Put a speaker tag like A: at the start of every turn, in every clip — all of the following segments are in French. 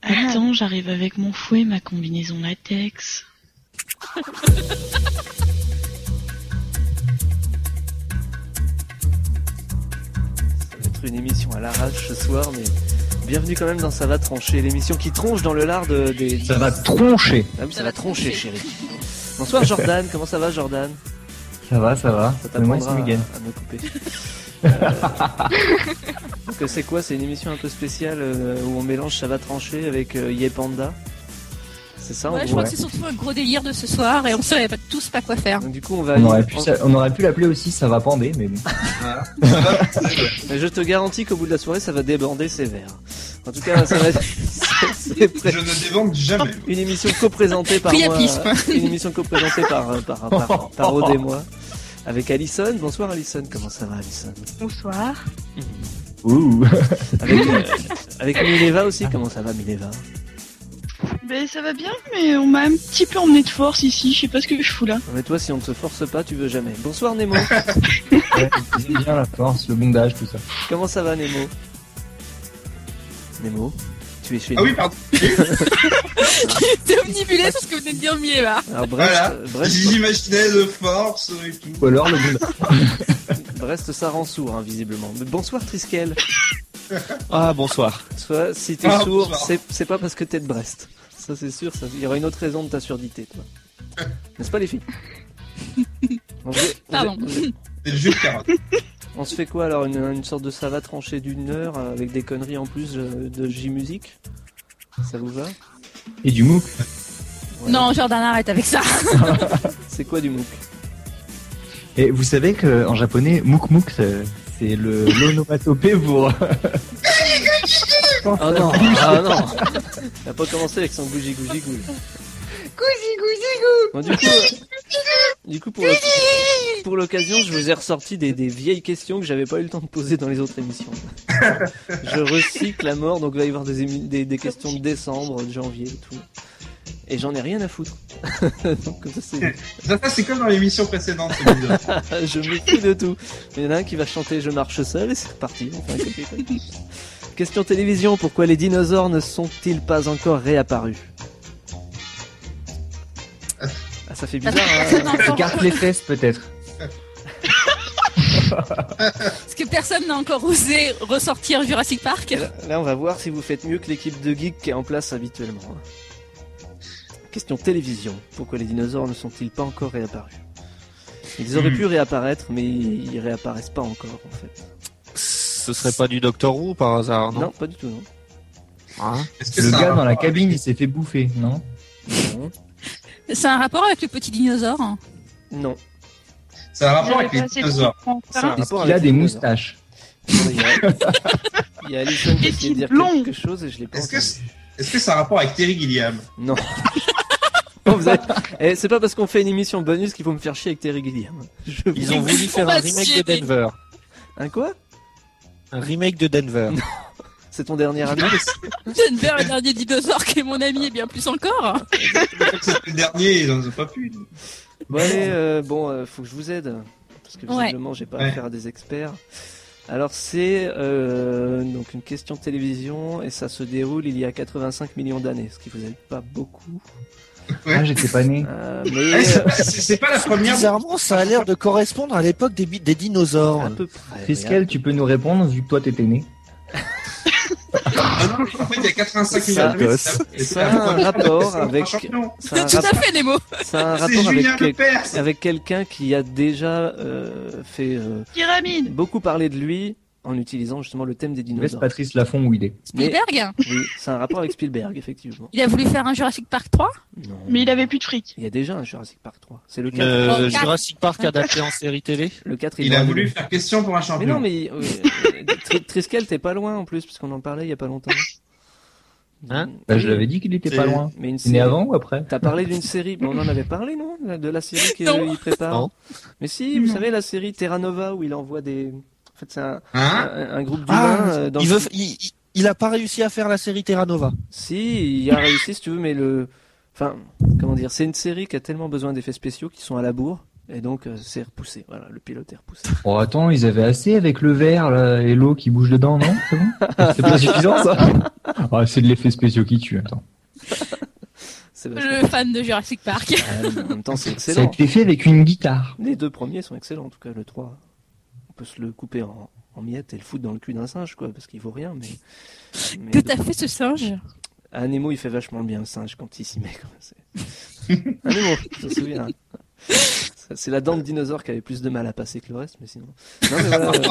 A: Ah.
B: Attends, j'arrive avec mon fouet, ma combinaison latex.
C: Ça va être une émission à l'arrache ce soir, mais bienvenue quand même dans Ça va trancher, l'émission qui tronche dans le lard de- des...
D: Ça va troncher.
C: Ah oui, ça, va troncher, chérie. Bonsoir Jordan, comment ça va Jordan
D: Ça va, ça va.
C: Ça
D: Mais moi, c'est
C: t'apprendra à,
D: Miguel.
C: à me couper. Euh, donc euh, c'est quoi C'est une émission un peu spéciale euh, où on mélange ça va trancher avec euh, Yé Panda. C'est ça en
E: Ouais, je
C: gros
E: crois
D: ouais.
E: que c'est surtout un gros délire de ce soir et on savait pas tous pas quoi faire.
C: Donc du coup on va.
D: On aurait pu, ça- on aurait pu l'appeler aussi Ça va pander, mais bon.
C: Mais je te garantis qu'au bout de la soirée ça va déborder sévère. En tout cas ça va. être- c'est prêt.
F: Je ne dévente jamais.
C: Une émission co-présentée par moi.
E: Priapisme.
C: Une émission co-présentée par euh, par par, par, par Aude et moi. Avec Alison. Bonsoir Alison. Comment ça va Alison
A: Bonsoir.
D: Ouh.
C: Avec euh, avec Mileva aussi. Comment ça va Mileva
A: Ben ça va bien, mais on m'a un petit peu emmené de force ici. Je sais pas ce que je fous là.
C: Mais toi si on ne se force pas tu veux jamais. Bonsoir Nemo.
D: Ouais, J'aime bien la force, le bondage, tout ça.
C: Comment ça va Nemo Nemo Tu es chez
F: Ah
C: nous
F: oui, pardon.
E: T'es omnibulé parce que vous venez de dire Mieva.
C: Alors Brest,
F: Voilà.
C: Brest,
F: J'imaginais de force et tout.
D: Ou alors le bondage.
C: Brest ça rend sourd hein, visiblement. Mais bonsoir Triskel.
G: Ah bonsoir.
C: Soit si t'es
F: Ah,
C: sourd,
F: bonsoir.
C: c'est c'est pas parce que t'es de Brest. Ça c'est sûr, ça- il y aura une autre raison de ta surdité toi. N'est-ce pas les filles on, se- on se-
E: Pardon.
F: C'est le jus de carotte.
C: on se fait quoi alors une, une sorte de ça va trancher d'une heure euh, avec des conneries en plus euh, de J-Musique Ça vous va
D: Et du MOOC.
C: Ouais.
E: Non, Jordan, arrête avec ça.
C: C'est quoi du MOOC
D: Et vous savez que en japonais, mouk mouk, c'est c'est le l'onomatopée pour. euh,
C: Ah non, ah non Il a pas commencé avec son bougie gougi gougi. Bon, du coup, euh, du coup pour, l'oc- pour l'occasion, je vous ai ressorti des, des vieilles questions que j'avais pas eu le temps de poser dans les autres émissions. Je recycle la mort, donc il va y avoir des, émi- des, des questions de décembre, de janvier et tout. Et j'en ai rien à foutre. donc, comme ça, c'est-
F: Ça, ça, c'est comme dans l'émission précédente, c'est bizarre.
C: Ah, je me fous de tout. Il y en a un qui va chanter Je marche seul et c'est reparti. on fait un copier-coller. Question télévision, pourquoi les dinosaures ne sont-ils pas encore réapparus Ah ça fait bizarre. hein.
D: Écarte les fesses peut-être.
E: Parce que personne n'a encore osé ressortir Jurassic Park.
C: Là, là, on va voir si vous faites mieux que l'équipe de geeks qui est en place habituellement. hein. Question télévision. Pourquoi les dinosaures ne sont-ils pas encore réapparus Ils auraient
F: Hmm.
C: pu réapparaître, mais ils ils réapparaissent pas encore, en fait.
G: Ce serait pas du Doctor Who par hasard,
C: Non,
G: Ah non,
C: pas du tout, non.
G: Hein
F: Est-ce que
D: Le
F: ça a
D: gars
F: un
D: dans la
F: rapport
D: cabine, il s'est fait bouffer, non
C: Non.
E: C'est un rapport avec le petit dinosaure. hein.
C: Non.
F: avec- Ça a un rapport avec les dinosaures.
C: C'est un
D: Est-ce
C: rapport
D: qu'il a
C: avec
D: des
C: les dinosaures.
D: moustaches
C: Il y a, il y a Alison qui essaie de dire
A: Long.
C: quelque chose et je l'ai pas
F: Est-ce que
C: entendu.
F: c'est- Est-ce que ça a un rapport avec Terry Gilliam
C: Non. Oh, vous avez- Eh, c'est pas parce qu'on fait une émission bonus qu'il faut me faire chier avec Terry Gilliam. Je-
G: Ils ont voulu faire
E: On
G: un
E: va
G: remake
E: se
G: de
E: chier.
G: Denver.
C: Un Hein, quoi
G: Un remake de Denver.
C: C'est ton dernier ami
E: Denver, le dernier dinosaure qui est mon ami et bien plus encore.
F: C'était le dernier, ils n'en ont pas pu.
C: Bon allez, euh, bon, euh, faut que je vous aide. Parce que
E: Ouais.
C: visiblement, j'ai pas
F: Ouais.
C: affaire à des experts. Alors c'est euh, donc une question de télévision et ça se déroule il y a 85 millions d'années, ce qui vous aide pas beaucoup.
D: Ah, j'étais pas né.
C: Euh,
F: Eh,
C: mais
F: c'est pas- C'est c'est pas la première.
G: Bizarrement, ça a l'air de correspondre à l'époque des, bi- des
C: euh, à
G: dinosaures.
C: peu près.
D: Fiscal, tu peux nous répondre vu que toi t'étais né
F: Ah non, en fait, il y a 85 millions
C: Ça-
F: de minutes,
G: ça-
F: c'est la- c'est
C: ça a
F: la
C: un
F: première
C: rapport
F: personne
C: avec-
F: champion.
C: Ça a un
E: Tout
C: rap-
E: à fait, Nemo.
C: ça a un
F: C'est
C: rapport avec
F: Julien
C: quel-
F: Lepers.
C: avec quelqu'un qui a déjà euh, fait euh,
A: Pyramide.
C: beaucoup parler de lui en utilisant justement le thème des
D: Laisse
C: dinosaures.
D: Patrice Lafont où il est.
C: Mais-
E: Spielberg,
C: Oui, c'est un rapport avec Spielberg, effectivement.
E: il a voulu faire un Jurassic Park 3.
C: Non.
A: Mais il avait plus de fric.
C: Il y a déjà un Jurassic Park 3. C'est le 4.
G: Euh,
E: Oh, quatre.
G: Jurassic Park adapté en série télé.
C: Le 4,
F: Il a voulu faire question pour un
C: Mais non,
F: champion.
C: mais euh, Tr- Triskel, t'es pas loin en plus, parce qu'on en parlait il y a pas longtemps.
G: Hein
D: Bah, je l'avais dit qu'il était pas
G: C'est-
D: loin.
C: Mais une
D: C'est né
C: série.
D: avant ou après
C: T'as parlé d'une série, mais on en avait parlé, non la- De la série
E: Non.
C: qu'il prépare
G: Non.
C: Mais si, vous
A: Non.
C: savez, la série Terra Nova où il envoie des. En fait, c'est un,
F: Hein
C: un- un groupe d'humains
G: Ah,
C: euh, dans
G: il,
C: le-
G: veut, f- il, il- il a pas réussi à faire la série Terra Nova.
C: Si, il a réussi, si tu veux, mais le. Enfin, comment dire, c'est une série qui a tellement besoin d'effets spéciaux qui sont à la bourre Et donc, euh, c'est repoussé. Voilà, le pilote est repoussé.
D: Oh, attends, ils avaient assez avec le verre là, et l'eau qui bouge dedans, non C'est bon C'est pas suffisant, ça Ah, C'est de l'effet spéciaux qui tue, attends.
C: C'est vachement-
E: Le fan de Jurassic Park.
C: Ouais, En même temps, c'est
D: Ça a
C: excellent.
D: été fait avec une guitare.
C: Les deux premiers sont excellents, en tout cas le 3. On peut se le couper en, en miettes et le foutre dans le cul d'un singe, quoi, parce qu'il vaut rien. Mais, mais
E: Que t'as fait ce singe
C: Anemo, Ah, il fait vachement bien le singe quand il s'y met. Quoi. c'est- Anemo, je me souviens. Ça, C'est la dent de dinosaure qui avait plus de mal à passer que le reste, mais sinon. Non, mais voilà, euh,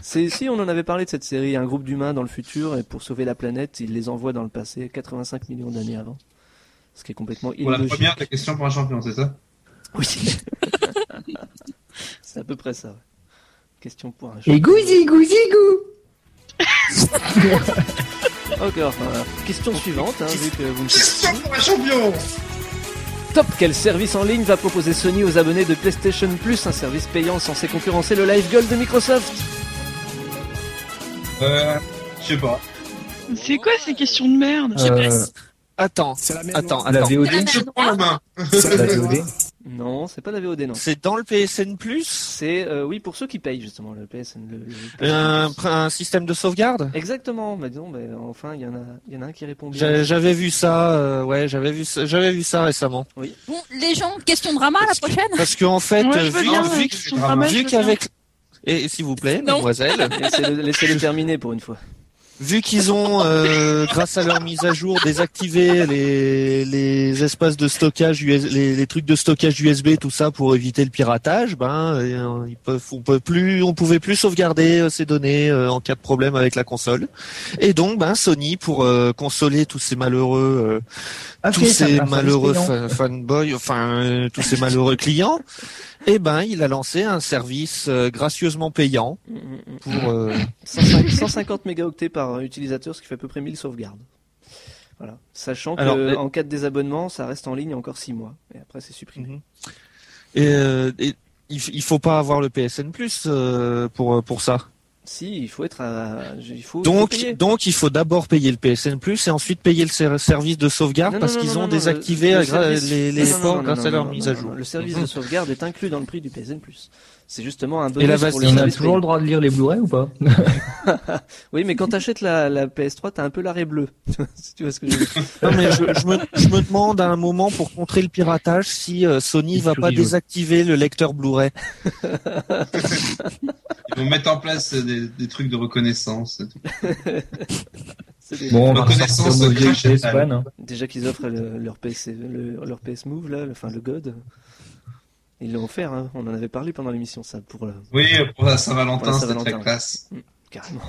C: c'est- si on en avait parlé de cette série, un groupe d'humains dans le futur et pour sauver la planète, il les envoie dans le passé 85 millions d'années avant, ce qui est complètement
F: Pour la
C: illogique.
F: première, la question pour un champion, c'est ça
C: Oui. c'est à peu près ça. ouais. Question pour un champion.
D: Et gouzi, gouzi, gou
C: Encore. voilà. Question suivante, hein, vu que vous ne savez
F: Question pour un champion
C: pas. Top Quel service en ligne va proposer Sony aux abonnés de PlayStation Plus Un service payant censé concurrencer le Live Gold de Microsoft
F: Euh, je sais pas.
A: C'est quoi ces questions de merde
E: Je passe.
G: Euh, Attends,
H: C'est la même
G: attends,
H: loi.
D: La
G: attends.
D: VOD
F: Je prends la main.
H: C'est
D: La
H: la même
D: VOD
H: loi.
C: Non, c'est pas la VOD, non.
G: C'est dans le PSN Plus
C: C'est, euh, oui, pour ceux qui payent justement le PSN. le- le-
G: un, un système de sauvegarde
C: Exactement, mais disons, ben, enfin, il y, en a- il y en a un qui répond bien.
G: J'a- J'avais vu ça, euh, ouais, j'avais vu, ça- j'avais vu ça récemment.
E: Bon, les gens, question drama la prochaine
G: Parce que en fait,
A: Moi, je
G: euh,
A: veux
G: vu,
A: bien.
G: vu-
A: euh,
G: vu
A: question de drama, je veux bien.
G: qu'avec et s'il vous plaît,
E: Non.
G: mademoiselle,
C: Laissez-le laissez-le terminer pour une fois.
G: vu qu'ils ont, euh, grâce à leur mise à jour, désactivé les, les espaces de stockage, US les, les trucs de stockage USB, tout ça pour éviter le piratage, ben euh, ils peuvent, on peut plus, on pouvait plus sauvegarder euh, ces données euh, en cas de problème avec la console. Et donc, ben Sony, pour euh, consoler tous ces malheureux euh,
D: Ah,
G: tous
D: fait, ça
G: ces
D: m'a fait
G: malheureux
D: payant.
G: fa- fanboys, enfin euh, tous ces malheureux clients, eh ben il a lancé un service euh, gracieusement payant
C: Mm, mm, mm.
G: pour euh,
C: 150 150 mégaoctets par utilisateur, ce qui fait à peu près 1000 sauvegardes. Voilà. Sachant
G: Alors,
C: que
G: euh,
C: en cas de désabonnement, ça reste en ligne encore 6 mois. Et après, c'est supprimé.
G: et, euh, et il, f- il faut pas avoir le PSN Plus euh, pour euh, pour ça.
C: Si, il faut être à. Il faut, il faut
G: Donc
C: payer.
G: donc il faut d'abord payer le PSN Plus et ensuite payer le ser- service de sauvegarde
C: Non, non,
G: parce
C: non,
G: qu'ils
C: non,
G: ont
C: non,
G: désactivé euh,
C: le- le
G: gra-
C: service-
G: les, les
C: Non, non,
G: ports
C: non,
G: grâce
C: non,
G: à leur
C: non,
G: mise
C: non,
G: à
C: non,
G: jour.
C: Le service de sauvegarde est inclus dans le prix du PSN. C'est justement un bonus
G: la vaste-
C: pour le
G: il
D: On a
C: service.
D: toujours
C: payant.
D: le droit de lire les Blu-ray ou pas
C: Oui, mais quand t'achètes la, la PS3, t'as un peu l'arrêt bleu. si tu vois ce que je veux dire.
G: Non mais je, je me, je me demande à un moment pour contrer le piratage si euh, Sony
D: Il
G: va
D: sourit
G: pas
D: jaune.
G: désactiver le lecteur Blu-ray.
F: Ils vont mettre en place des, des trucs de reconnaissance. et tout.
C: C'est des-
D: Bon, on va
F: Reconnaissance
D: ressortir nos
F: de
D: vieilles
F: Crash et
D: PS1.
F: Tal.
D: hein.
C: Déjà qu'ils offrent le- leur, PS, le- leur PS Move, là, le- enfin le God. Ils l'ont offert, hein. on en avait parlé pendant l'émission, ça, pour, le-
F: Oui, pour la Saint-Valentin,
C: Pour la
F: c'est
C: Saint-Valentin.
F: très classe.
C: Carrément.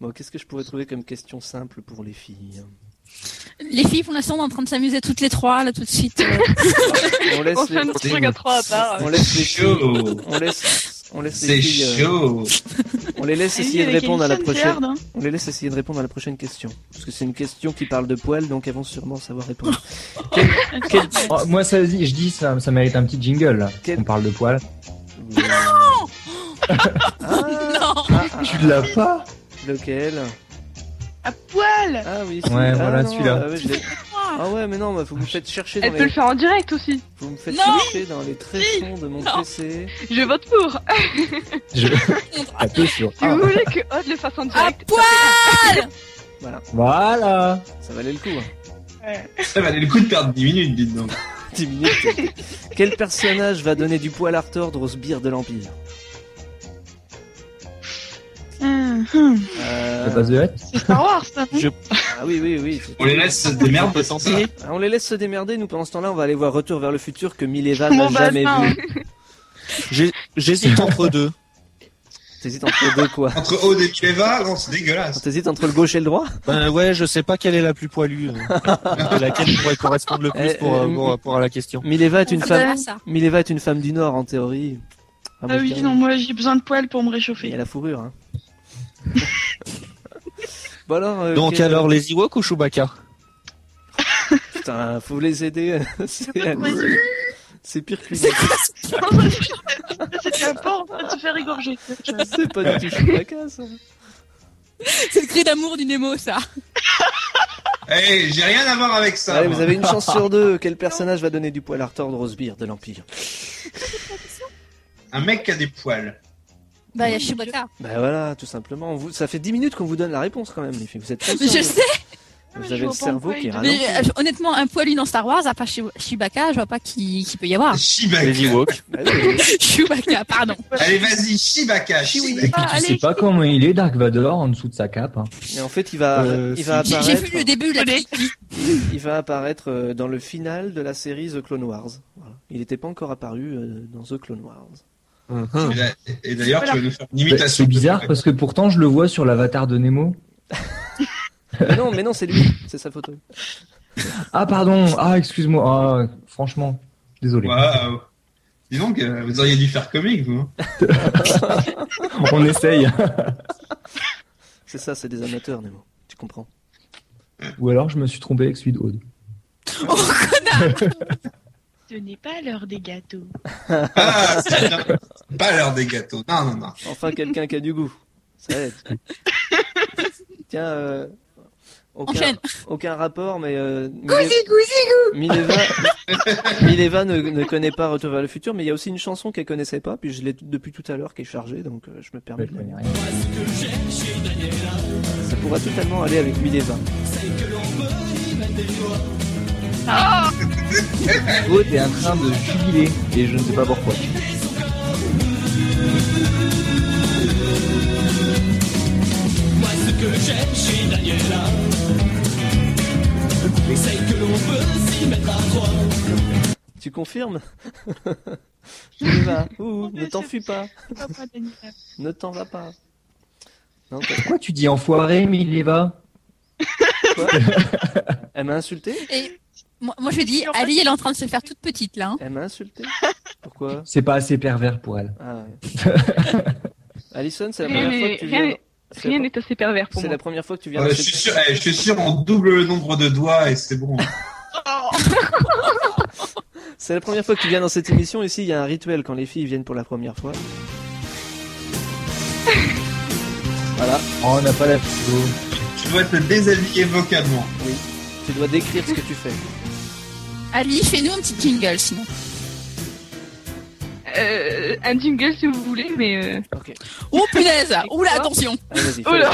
C: Bon, qu'est-ce que je pourrais trouver comme question simple pour les filles hein
E: Les filles, pour l'instant, on est en train de s'amuser toutes les trois, là, tout de suite. Euh,
C: On laisse
A: On
C: les,
A: fait notre truc à trois à part.
C: on laisse les filles,
F: Chaud
C: on laisse, on laisse les
F: C'est
C: filles, euh,
F: chaud
C: on les laisse
A: C'est
C: essayer de répondre à la prochaine,
A: hein.
C: on les laisse essayer de répondre à la prochaine question, parce que c'est une question qui parle de poils, donc elles vont sûrement savoir répondre.
D: Oh, moi, ça, je dis, ça, ça mérite un petit jingle, là.
C: Quel-
D: On parle de poils.
C: Ah.
E: non
D: Tu l'as pas
C: Lequel
A: À poil
C: Ah oui,
D: Ouais,
C: ah
D: voilà,
C: non,
D: celui-là.
C: ah ouais, je l'ai- ah ouais, mais non, bah, vous me faites chercher dans
A: Elle peut le
C: les,
A: faire en direct aussi.
C: vous me faites
E: Non
C: chercher dans les tréfonds de mon
E: Non.
C: PC.
A: Je vote pour.
D: Je... T'as sur.
A: Si vous voulez que Odd le fasse en
E: À
A: direct.
E: poil
D: Voilà
C: Ça valait le coup. hein.
F: Ça valait le coup de perdre 10 minutes, dites donc.
C: 10 minutes. Quel personnage va donner du poil à retordre au sbire de l'Empire
A: Hum, hum.
C: Euh,
D: Ça passe de hâte
A: C'est Star Wars, ça. non
G: Je-
C: Ah oui, oui, oui. c'est-
F: On les laisse se démerder de ça.
C: Ah, on les laisse se démerder, nous pendant ce temps-là, on va aller voir Retour vers le futur que Mileva n'a
A: Mon
C: jamais
A: bassin.
C: vu.
G: J'ai- J'hésite entre deux.
C: T'hésites entre deux quoi
F: Entre Aude et Cueva, non, c'est dégueulasse.
C: T'hésites entre le gauche et le droit
G: Ben ouais, je sais pas quelle est la plus poilue, euh, laquelle pourrait correspondre le plus
C: Eh,
G: pour, euh,
C: euh,
G: pour, pour la question.
C: Mileva est une
E: Ah
C: femme.
E: bah, ça.
C: Mileva est une femme du Nord en théorie. moi,
A: Ah
C: je
A: oui,
C: dirais-
A: non, moi j'ai besoin de poils pour me
C: Il y a
A: réchauffer.
C: la fourrure. Hein. bon alors. euh,
G: Donc
C: quel-
G: alors les Ewoks ou Chewbacca
C: Putain, faut les aider. c'est... euh,
A: Vas-y.
C: c'est pire que lui.
A: C'était un porc, on va te faire égorger.
C: C'est pas hein. du tout Chewbacca ça.
E: C'est le cri d'amour du Nemo, ça.
F: Eh, j'ai rien à voir avec ça.
C: Allez,
F: moi.
C: vous avez une chance sur deux. Quel personnage va donner du poil à retordre aux sbires de l'Empire
F: Un mec qui a des poils.
E: Bah, il y a Chewbacca.
C: Ben voilà, tout simplement. Vous, ça fait 10 minutes qu'on vous donne la réponse quand même, les filles. Vous êtes
E: Mais je
C: conscients.
E: sais,
A: mais
C: Vous
A: je
C: avez le
A: vois pas
C: cerveau
A: en quoi
C: qui
A: il
C: râle.
E: mais euh, honnêtement, un poilu dans Star Wars, à part Chew- Chewbacca, je vois pas qui, qui peut y avoir.
G: Les
F: Chewbacca.
G: Ewoks.
C: Ah
E: Chewbacca, pardon.
F: Allez, vas-y, Chewbacca.
D: Et
F: Chewbacca.
D: puis,
A: Ah,
D: tu
A: allez,
D: sais pas comment il est, Dark Vador, en dessous de sa cape. hein.
C: Et en fait, il va,
G: Euh,
C: il va
E: J'ai
C: apparaître.
E: j'ai vu le début, la
A: Allez.
C: Il va apparaître euh, dans le final de la série The Clone Wars. Voilà. Il n'était pas encore apparu euh, dans The Clone Wars.
G: Mhm.
F: Et d'a- Et d'ailleurs, tu
A: Voilà.
F: vas nous faire une
D: Bah,
F: imitation.
D: C'est bizarre parce que pourtant je le vois sur l'avatar de Nemo.
C: Mais non, mais non, c'est lui, c'est sa photo.
D: Ah pardon, ah excuse-moi, ah, franchement, désolé.
F: Waouh. Dis donc, euh, vous auriez dû faire comique, vous. hein.
D: On essaye.
C: C'est ça, c'est des amateurs, Nemo. Tu comprends
D: Ou alors je me suis trompé avec celui de Aude.
A: Ce n'est pas l'heure des gâteaux.
F: Ah, c'est bien. pas l'heure des gâteaux. Non, non, non.
C: Enfin, quelqu'un qui a du goût. Ça aide. Tiens, euh, aucun,
E: Enchaîne.
C: aucun rapport, mais. Euh, Mile- Mileva, Mileva ne, ne connaît pas Retour vers le futur, mais il y a aussi une chanson qu'elle connaissait pas, puis je l'ai t- depuis tout à l'heure qui est chargée, donc euh, je me permets de la Ça pourra totalement aller avec Mileva.
D: Aude est en train de jubiler et je ne sais pas pourquoi.
C: Tu confirmes Mileva, ouh, ne
A: bien
C: t'enfuis pas,
A: C'est pas pas Daniela.
C: ne t'en va pas. Non, t'as-
D: Pourquoi tu dis enfoiré, Mileva
C: elle m'a insulté
E: Et moi, moi, je dis,
A: En fait-
E: Ali, elle est en train de se faire toute petite, là. hein.
C: Elle m'a insulté Pourquoi
D: C'est pas assez pervers pour elle.
C: Ah ouais. Alison, c'est la
H: Rien
C: première fois
H: n'est-
C: que tu
H: rien
C: viens.
H: n'est- Rien n'est assez pervers pour
C: C'est
H: moi.
C: la première fois que tu viens.
F: Euh,
C: dans
F: je,
C: cette-
F: suis sûr, eh, je suis sûr, on double le nombre de doigts et c'est bon.
C: C'est la première fois que tu viens dans cette émission. Ici, il y a un rituel quand les filles viennent pour la première fois. Voilà,
D: Oh, on n'a pas la photo.
F: Tu dois te déshabiller vocalement.
C: tu dois décrire ce que tu fais.
E: Ali, fais-nous un petit jingle, sinon.
H: Euh, un jingle si vous voulez, mais euh,
C: Ok,
E: Oh, punaise Oula, attention
C: allez, Ah, vas-y.
H: Oh là.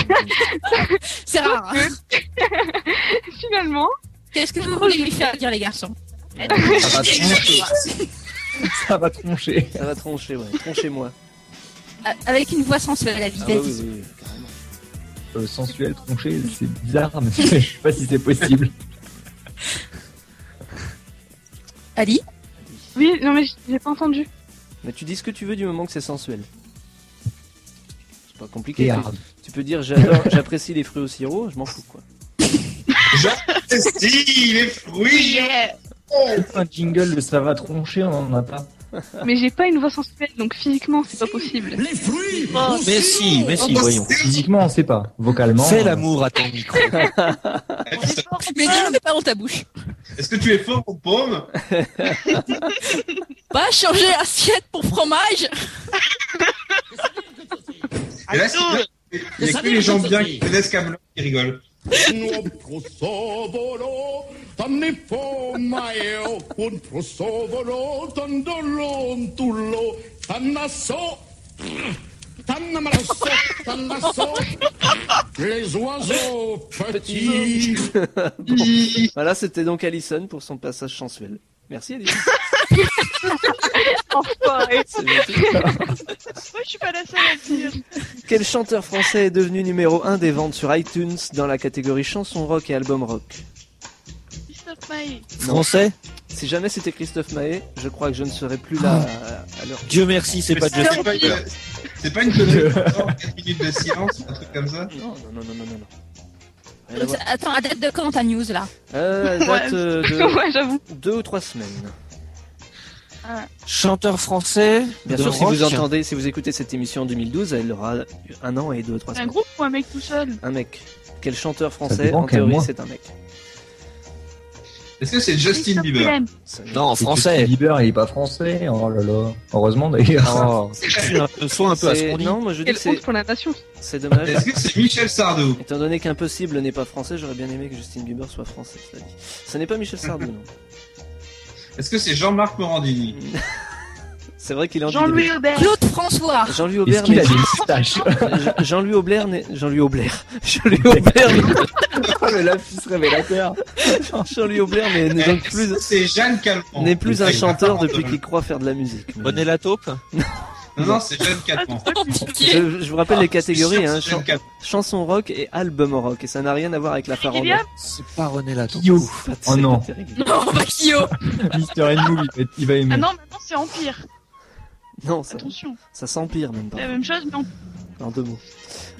C: fais-
E: C'est rare. hein.
H: finalement,
E: Qu'est-ce que vous voulez lui faire dire, les garçons
D: Ça va troncher. Ça va troncher.
C: Ça va troncher, ouais. Tronchez-moi.
E: A- Avec une voix sensuelle, Ali.
C: Ah,
E: vas-y.
C: ouais, oui, oui, oui, carrément.
D: Euh, sensuel, troncher, c'est bizarre, mais je sais pas si c'est possible.
E: Ali
H: oui, non mais j- j'ai pas entendu.
C: Mais tu dis ce que tu veux du moment que c'est sensuel. C'est pas compliqué.
D: Regarde.
C: Tu, tu peux dire j'adore, j'apprécie les fruits au sirop, je m'en fous quoi.
F: J'apprécie les fruits.
D: un jingle de ça va troncher, on en a pas.
H: Ah. Mais j'ai pas une voix sensuelle, donc physiquement c'est pas possible.
G: Mais Oh, si, mais si, voyons.
D: Physiquement, on sait pas. Vocalement.
G: Fais
D: euh,
G: l'amour à ton micro.
F: Eh,
A: On est fort,
E: Mais dis-le mais pas dans ta bouche.
F: Est-ce que tu es fort aux pommes
E: Pas changer assiette pour fromage
F: Et là, c'est
A: Attends.
F: bien. Il n'y a que les gens bien qui connaissent Camelot qui rigolent.
I: Les oiseaux
C: petits. Voilà, c'était donc Alison pour son passage sensuel. Merci Alison. C'est gentil.
A: Moi, je suis pas la seule à le dire.
C: Quel chanteur français est devenu numéro 1 des ventes sur iTunes dans la catégorie chanson rock et album rock
A: Christophe Maé.
G: Français
C: Si jamais c'était Christophe Maé, je crois que je ne serais plus là
G: Ah.
C: euh, à- à l'heure.
G: Dieu merci, c'est
F: Mais
G: pas Justin
F: pas
G: Bieber.
F: une- C'est pas une connerie. 4 minutes de silence, un truc comme ça.
C: Non, non, non, non, non, non. non. Rien à
E: Donc,
C: voir.
E: Attends, à date de quand ta news, là
C: Euh, elle date euh, de
H: ouais, j'avoue.
C: deux ou trois semaines.
G: Chanteur français.
C: Bien
G: de
C: sûr, si
G: rock.
C: vous entendez, si vous écoutez cette émission en 2012, elle aura un an et deux ou trois
A: C'est un
C: semaines.
A: groupe ou un mec tout seul
C: Un mec. Quel chanteur français
D: dépend
C: En
D: quel
C: théorie,
D: mois.
C: c'est un mec.
F: Est-ce que c'est Justin Bieber
G: Non,
D: Et
G: français.
D: Justin Bieber, il est pas français. Oh là là. Heureusement
C: Ah,
D: d'ailleurs.
G: Oh, sois un peu à ce
C: C'est-
G: qu'on dit.
C: Non, moi je dis
H: Quelle
C: que
H: honte
C: c'est-
H: pour la nation.
C: c'est dommage.
F: Est-ce que c'est Michel Sardou
C: Étant donné qu'Impossible n'est pas français, j'aurais bien aimé que Justin Bieber soit français, cela dit. Ce n'est pas Michel Sardou, non.
F: Est-ce que c'est Jean-Marc Morandini
C: C'est vrai qu'il est en
A: Jean-Louis Aubert.
E: Claude François.
C: Jean-Louis Aubert
D: Est-ce qu'il a
C: n'est
D: des moustaches
C: Je- Jean-Louis Aubert n'est... Jean-Louis Aubert. Jean-Louis Aubert,
D: Le lapsus révélateur.
C: Jean-Louis Aubert n'est, n'est donc
F: Eh, Est-ce
C: plus,
F: que c'est Jeanne Calment
C: n'est plus un
F: C'est
C: chanteur
F: pas-
C: depuis qu'il croit faire de la musique. Mais-
G: Bonnet la taupe
F: Non, non, c'est Jeanne Calment.
C: Je, je vous rappelle
D: Ah,
C: les catégories, hein,
F: C'est Jeanne
C: chan-
F: Calment.
C: chanson rock et album rock, et ça n'a rien à voir avec la parole.
A: William
G: C'est pas René la taupe.
D: Yo.
C: C'est pas- c'est
D: Oh
C: pas
D: non.
C: terrible.
E: Non, bah, Kyo.
D: Mister Enmove, il va- il va aimer.
A: Ah non, maintenant c'est Empire.
C: Non, ça,
A: Attention,
C: ça s'empire même pas.
A: la même chose, mais en
C: En deux mots.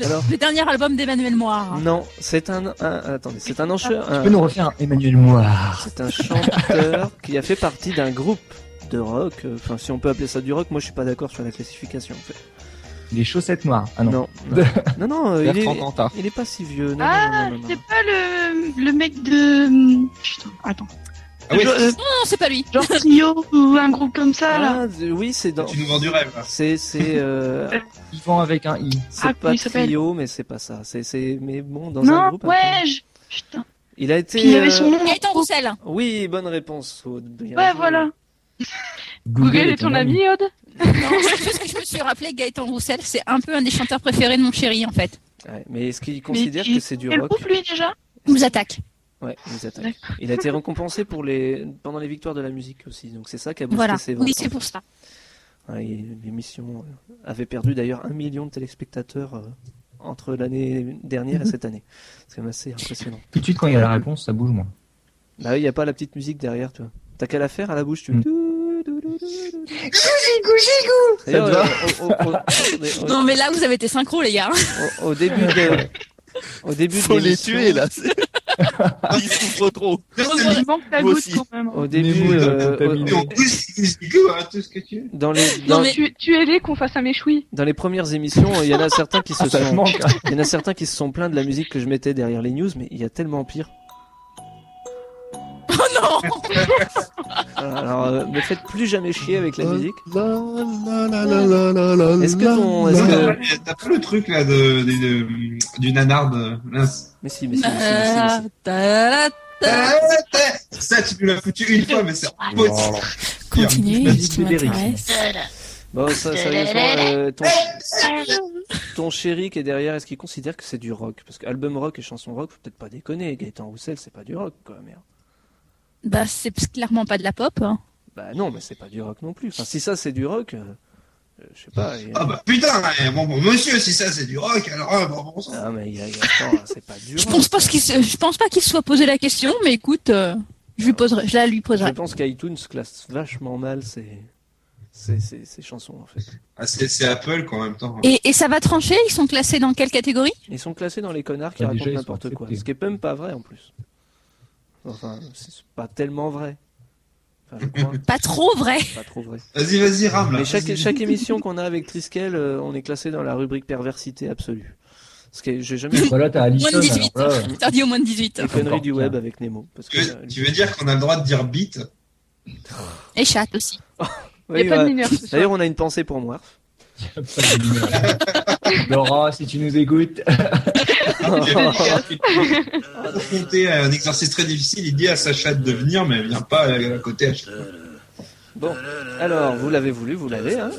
E: Le,
C: Alors
E: le dernier album d'Emmanuel Moir.
C: Non, c'est un, un- attendez, c'est un encheur,
D: Tu peux nous refaire un Emmanuel Moir
C: c'est un chanteur qui a fait partie d'un groupe de rock. euh, Enfin, si on peut appeler ça du rock, moi je suis pas d'accord sur la classification. En fait.
D: Les chaussettes noires. Ah non.
C: non, non, non, non, euh, il, est,
G: Bertrand Cantat.
C: il est pas si vieux. Non,
A: Ah,
C: non, non, non, non,
A: c'est pas le, le mec de. Putain, attends.
F: Ah oui,
A: Jo- euh,
E: Non, c'est pas lui.
A: Genre Trio ou un groupe comme ça, là.
C: Ah, d- oui, c'est dans.
F: tu nous vends du rêve. hein. là.
C: C'est c'est euh,
D: Yvan avec un I.
A: Ah,
C: c'est pas
A: comment il s'appelle
C: trio, mais c'est pas ça. C'est c'est mais bon dans un
A: non,
C: groupe. après.
A: ouais, je... putain.
C: Il a
A: Puis il
C: été.
A: y avait
C: euh,
A: son nom.
E: Gaëtan Roussel.
C: Oui, bonne réponse. Aude. Bien
A: Ouais,
C: joué.
A: voilà.
H: Google est ton ami, Aude
E: Non, c'est juste que je me suis rappelé que Gaëtan Roussel, c'est un peu un des chanteurs préférés de mon chéri, en fait.
C: Ouais, mais est-ce qu'il considère
A: il-
C: que c'est du
A: Quel
C: rock
A: groupe, lui, déjà
E: Il nous attaque.
C: Ouais, il nous attaque. Il a été récompensé pour les pendant les victoires de la musique aussi. Donc c'est ça qui a boosté
E: Voilà.
C: ses ventes.
E: Oui, c'est pour ça.
C: Ouais, Hein, et L'émission euh, avait perdu d'ailleurs un million de téléspectateurs euh, entre l'année dernière et cette année. C'est quand même assez impressionnant.
D: Tout de suite, quand il y a la réponse, ça bouge moins.
C: Bah oui, il n'y a pas la petite musique derrière, toi. T'as qu'à la faire à la bouche, tu.
D: Mm.
C: D'ailleurs,
D: Ça
C: au- au- au- au-
E: Non, mais là, vous avez été synchro, les gars.
C: au- au début de. Au début
G: Faut
C: de
G: les
C: l'émission-
G: tuer là. c'est- Ils souffrent trop.
A: Il manque la
G: Moi
A: goutte,
G: aussi.
A: quand même.
C: Au début.
D: Nemo est
C: euh,
D: contaminé.
C: au-
F: Et en plus, c'est go, hein, tout ce que tu veux.
C: dans, les, dans,
E: Non, mais-
H: Tu, tu es les qu'on fasse un méchoui.
C: dans les premières émissions, il y en a certains qui se
D: Ça te
C: sont.
D: manque. hein.
C: Il y en a certains qui se sont plaints de la musique que je mettais derrière les news, mais il y a tellement pire.
E: Oh non
C: Alors, alors, euh, ne faites plus jamais chier avec
F: Euh.
C: la musique. Est-ce
G: Est-ce
C: que ton- est-ce
F: Non,
C: que-
F: non, mais T'as pas le truc là de, de- de- du nanarde mince.
C: Mais si, mais si, mais si, mais si, mais si.
E: Euh, Ta- ta- ta-
F: Eh, Ça, tu nous l'as foutu une fois, mais c'est
C: Ah,
F: impossible.
C: La
E: Continue,
C: musique
E: ce qui
C: de Derrick.
E: m'intéresse.
C: Bon, ça, sérieusement, euh, ton, ton chéri qui est derrière, est-ce qu'il considère que c'est du rock Parce qu'album rock et chanson rock, faut peut-être pas déconner. Gaëtan Roussel, c'est pas du rock, quoi, merde.
E: Bah, c'est clairement pas de la pop. hein.
C: Bah non, mais c'est pas du rock non plus. Enfin, si ça, c'est du rock, euh, euh, je sais pas. il y a-
F: Ah bah putain, eh, bon, bon monsieur, si ça c'est du rock, alors ah, bon, bon sang.
C: Ah, mais il y a- il y a- attends, c'est pas du
E: Je
C: rock.
E: pense pas qu'il se... je pense pas qu'il se soit posé la question, mais écoute, euh, je lui poserai, je la lui
C: Je
E: poserai.
C: pense qu'iTunes classe vachement mal ses, ses, ses- ses chansons, en fait.
F: Ah, c'est c'est Apple quoi en même temps.
E: Et, et ça va trancher Ils sont classés dans quelle catégorie
C: Ils sont classés dans les connards qui
D: Bah,
C: racontent
D: déjà, ils
C: n'importe
D: sont
C: quoi.
D: acceptés.
C: Ce qui est même pas vrai en plus. Enfin, c'est pas tellement vrai. Enfin, je crois,
E: Pas trop vrai.
C: pas trop vrai.
F: Vas-y, vas-y, rame là.
C: Mais chaque,
F: Vas-y.
C: chaque émission qu'on a avec Triskel, euh, on est classé dans la rubrique perversité absolue. Ce qui est, j'ai jamais fait
D: hein. Voilà, t'as Alison.
E: Moins de 18.
D: alors là,
E: Interdit au moins de 18.
C: les conneries du web avec Nemo. Parce
F: Tu
C: que, euh,
F: veux, tu veux dire qu'on a le droit de dire beat
E: Et chat aussi.
H: Il
C: oui,
H: a pas
C: ouais.
H: de mineur ce soir.
C: D'ailleurs, on a une pensée pour moi.
D: pas de lumière. Laura, si tu nous écoutes.
C: Ah,
F: Confronté à un exercice très difficile, il dit à Sacha de venir, mais elle vient pas à, à côté. À chaque fois.
C: Bon, alors, vous l'avez voulu, vous l'avez. Hein